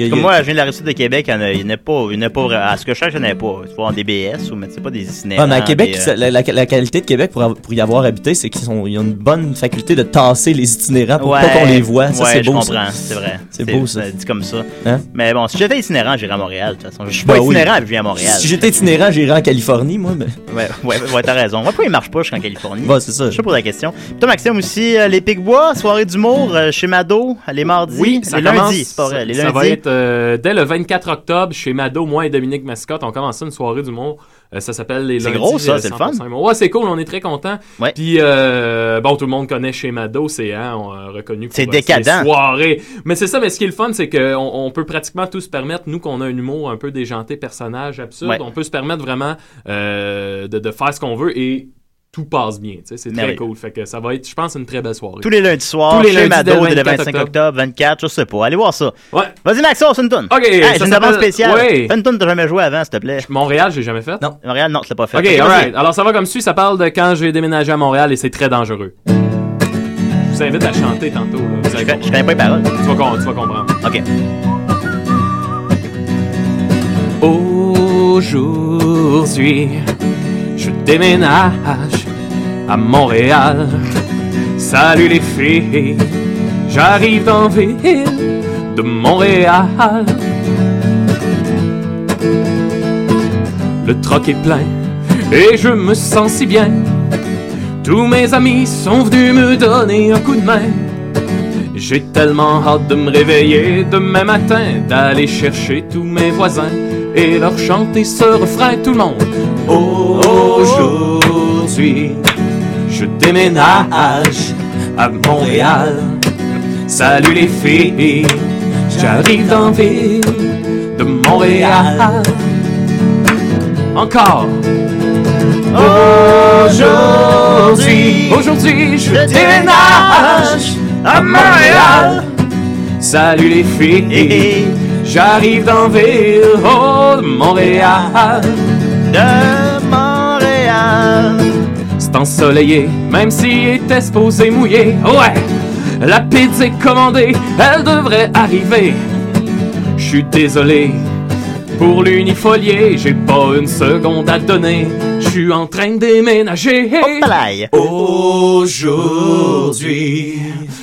E: Il y a-
C: Comme
E: il y a-
C: moi, je viens de la Rive-Sud de Québec, il n'y en, a- il y en a pas, il y en a pas, vra- à ce que je sache, il n'y en a pas. C'est pas en DBS ou, mais c'est pas des cinémas.
E: Ah, mais à Québec,
C: des, euh,
E: ça- la, la- la qualité de Québec pour, av- pour y avoir habité, c'est qu'ils ont, ils ont une bonne faculté de tasser les itinérants pour pas
C: ouais,
E: qu'on les voit. Ça,
C: ouais,
E: c'est beau.
C: je
E: ça.
C: comprends, c'est vrai.
E: C'est beau, ça.
C: dit comme ça.
E: Hein?
C: Mais bon, si j'étais itinérant, j'irais à Montréal, de toute façon. Je suis
E: Ben
C: pas
E: oui.
C: itinérant, puis je viens à Montréal.
E: Si j'étais itinérant, j'irais en Californie, moi. Mais...
C: Ouais, ouais, ouais, t'as raison. Moi, pourquoi il marche pas jusqu'en Californie?
E: Bah, c'est ça.
C: Je sais pas la question. Puis Toi, Maxime, aussi, euh, les Picbois, soirée d'humour euh, chez Mado, les mardis.
F: Oui, ça
C: les
F: commence.
C: lundis, c'est pas vrai. Les
F: ça
C: lundis.
F: va être euh, dès le 24 octobre chez Mado, moi et Dominique Mascotte. On commence ça une soirée d'humour. Euh, ça s'appelle les
C: C'est
F: lundis.
C: gros, ça,
F: euh,
C: c'est le
F: 100%
C: fun.
F: humour. Ouais, c'est cool, on est très contents.
C: Ouais.
F: Puis, euh, bon, tout le monde connaît chez Mado, c'est hein, on, euh, reconnu pour
C: C'est
F: euh, ses
C: décadent.
F: soirées. Mais c'est ça, mais ce qui est le fun, c'est qu'on on peut pratiquement tout se permettre, nous, qu'on a un humour un peu déjanté, personnage absurde,
C: Ouais.
F: on peut se permettre vraiment euh, de, de faire ce qu'on veut et tout passe bien. tu sais, C'est très
C: Merveilleux.
F: cool. Fait que ça va être, je pense, une très belle soirée.
C: Tous les lundis soirs,
F: Tous les
C: chez
F: lundis
C: Mado,
F: dès le
C: dès le
F: 24
C: 25 octobre, 24, je sais pas. Allez voir ça.
F: Ouais.
C: Vas-y, Maxime, c'est une toune.
F: OK,
C: Hey,
F: ça
C: j'ai une
F: s'appelle-
C: demande spéciale.
F: Ouais.
C: Fais Une toune que t'as jamais joué avant, s'il te plaît.
F: Montréal, j'ai jamais fait.
E: Non.
C: Montréal, non, tu l'as pas fait.
F: Ok,
C: vas-y.
F: alright. Alors ça va comme suit, ça parle de quand j'ai déménagé à Montréal et c'est très dangereux. Je vous invite à chanter tantôt. là. Vous
C: Je
F: allez
C: connais- je
F: comprendre.
C: connais pas les paroles.
F: Tu vas, com- tu vas comprendre.
C: OK.
F: Aujourd'hui, je déménage à Montréal. Salut les filles, j'arrive dans ville de Montréal. Le troc est plein et je me sens si bien. Tous mes amis sont venus me donner un coup de main. J'ai tellement hâte de me réveiller demain matin, d'aller chercher tous mes voisins et leur chanter ce refrain tout le monde. Aujourd'hui, je déménage à Montréal. Salut les filles, j'arrive dans ville de Montréal. Encore. Aujourd'hui, aujourd'hui, je déménage à Montréal. Salut les filles,
C: Et
F: j'arrive dans ville oh, de Montréal.
C: de Montréal.
F: C'est ensoleillé, même s'il était supposé mouiller. Ouais, la pizza est commandée, elle devrait arriver. Je suis désolé pour l'unifolier, j'ai pas une seconde à donner. Je suis en train de déménager.
C: Palaille.
F: Aujourd'hui,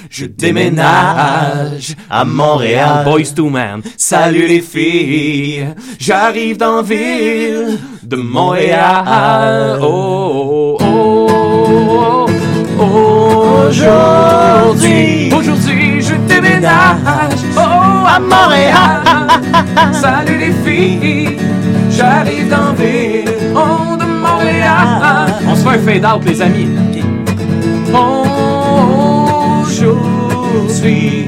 F: je déménage à Montréal. Boys to man. Salut les filles, j'arrive dans ville de Montréal. Oh, oh, oh, oh, oh. Aujourd'hui, aujourd'hui, je déménage oh, à Montréal. Salut les filles, j'arrive dans ville oh, de Montréal. On se fait un fade out, les amis. Aujourd'hui,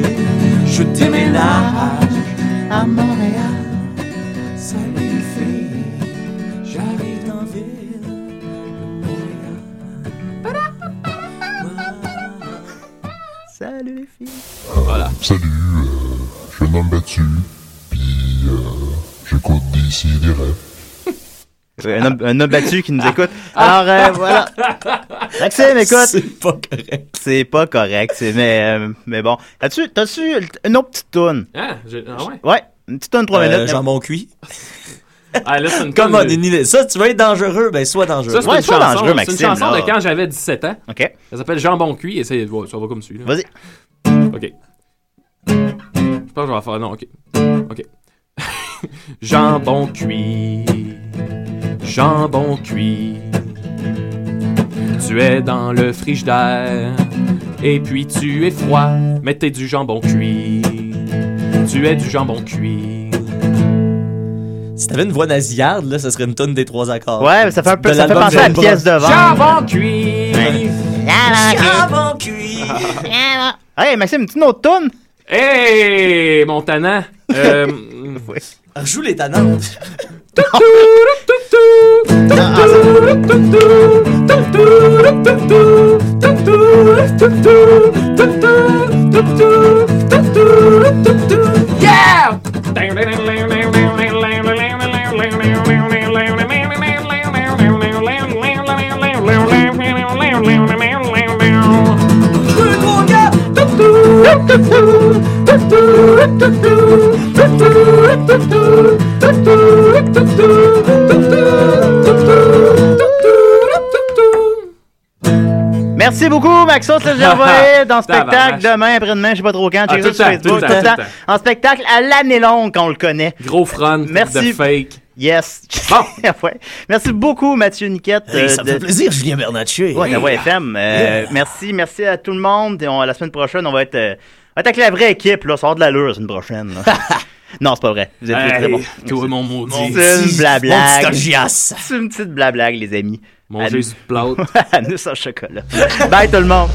F: je déménage à Montréal. Salut les filles, j'arrive dans ville.
C: Salut les filles.
H: Salut, euh, je suis un homme battu, puis euh, j'écoute d'ici des rêves.
C: Oui, Un homme, un homme battu qui nous écoute. Alors, euh, voilà. Maxime, écoute,
E: Ah. C'est pas correct.
C: c'est pas correct, c'est- mais, euh, mais bon. T'as-tu, t'as-tu une autre petite toune?
F: Ah, j'ai- ah ouais?
C: Ouais, une petite toune trois
E: Euh,
C: minutes.
E: jambon cuit.
F: Ah, là, c'est une
E: Comme on
F: tonne de-
E: est ni- Ça, tu veux être dangereux, ben sois dangereux.
F: Ça, c'est
C: Ouais,
F: une
C: c'est pas dangereux,
F: chanson, c'est une
C: Maxime,
F: chanson
C: là.
F: de quand j'avais 17 ans.
C: OK,
F: Elle s'appelle Jambon cuit et c'est, ouais, ça va comme celui-là.
C: vas-y.
F: Ok. Je pense que je vais faire. Non, ok. Ok. jambon cuit. Jambon cuit. Tu es dans le frigidaire. Et puis tu es froid. Mais t'es du jambon cuit. Tu es du jambon cuit.
E: Si t'avais une voix nasillarde, là, ça serait une tonne des trois accords.
C: Ouais, mais ça fait un peu,
E: De
C: ça fait
E: l'album
C: penser à la
E: John
C: pièce de vente.
F: Jambon cuit!
E: Ah, Jambon cuit.
C: Hey, Maxime, une petite autre toune?
F: Hey, Montana! Euh,
E: Rejoue Ah, les tanantes.
F: Yeah!
C: Merci beaucoup, Maxence Le Gervais, dans spectacle
F: Tabarnache.
C: demain, après-demain, je sais pas trop quand,
F: Ah,
C: check
F: tout
C: ça
F: le
C: sur
F: temps,
C: Facebook,
F: tout le temps, tout le
C: en spectacle à l'année longue, on le connaît.
F: Gros front
C: Merci.
F: de fake.
C: Yes.
F: Bon.
C: Ouais. Merci beaucoup, Mathieu Niquette.
B: Hey, ça
C: euh,
B: me fait
C: de-
B: plaisir, Julien Bernatchez.
C: Ouais, la Voix FM. Euh, Merci, merci à tout le monde. Et on- la semaine prochaine, on va être, euh, on va être avec la vraie équipe. Là. Ça va avoir de l'allure la semaine prochaine. là. non, c'est pas vrai. Vous êtes très bon.
F: Toi, mon maudit.
C: C'est
B: Mon
C: une
B: petit
C: blablague.
B: orgiasse.
C: C'est une petite blablague, les amis.
F: Mon Jésus de plâtre.
C: Anus en chocolat. Bye tout le monde.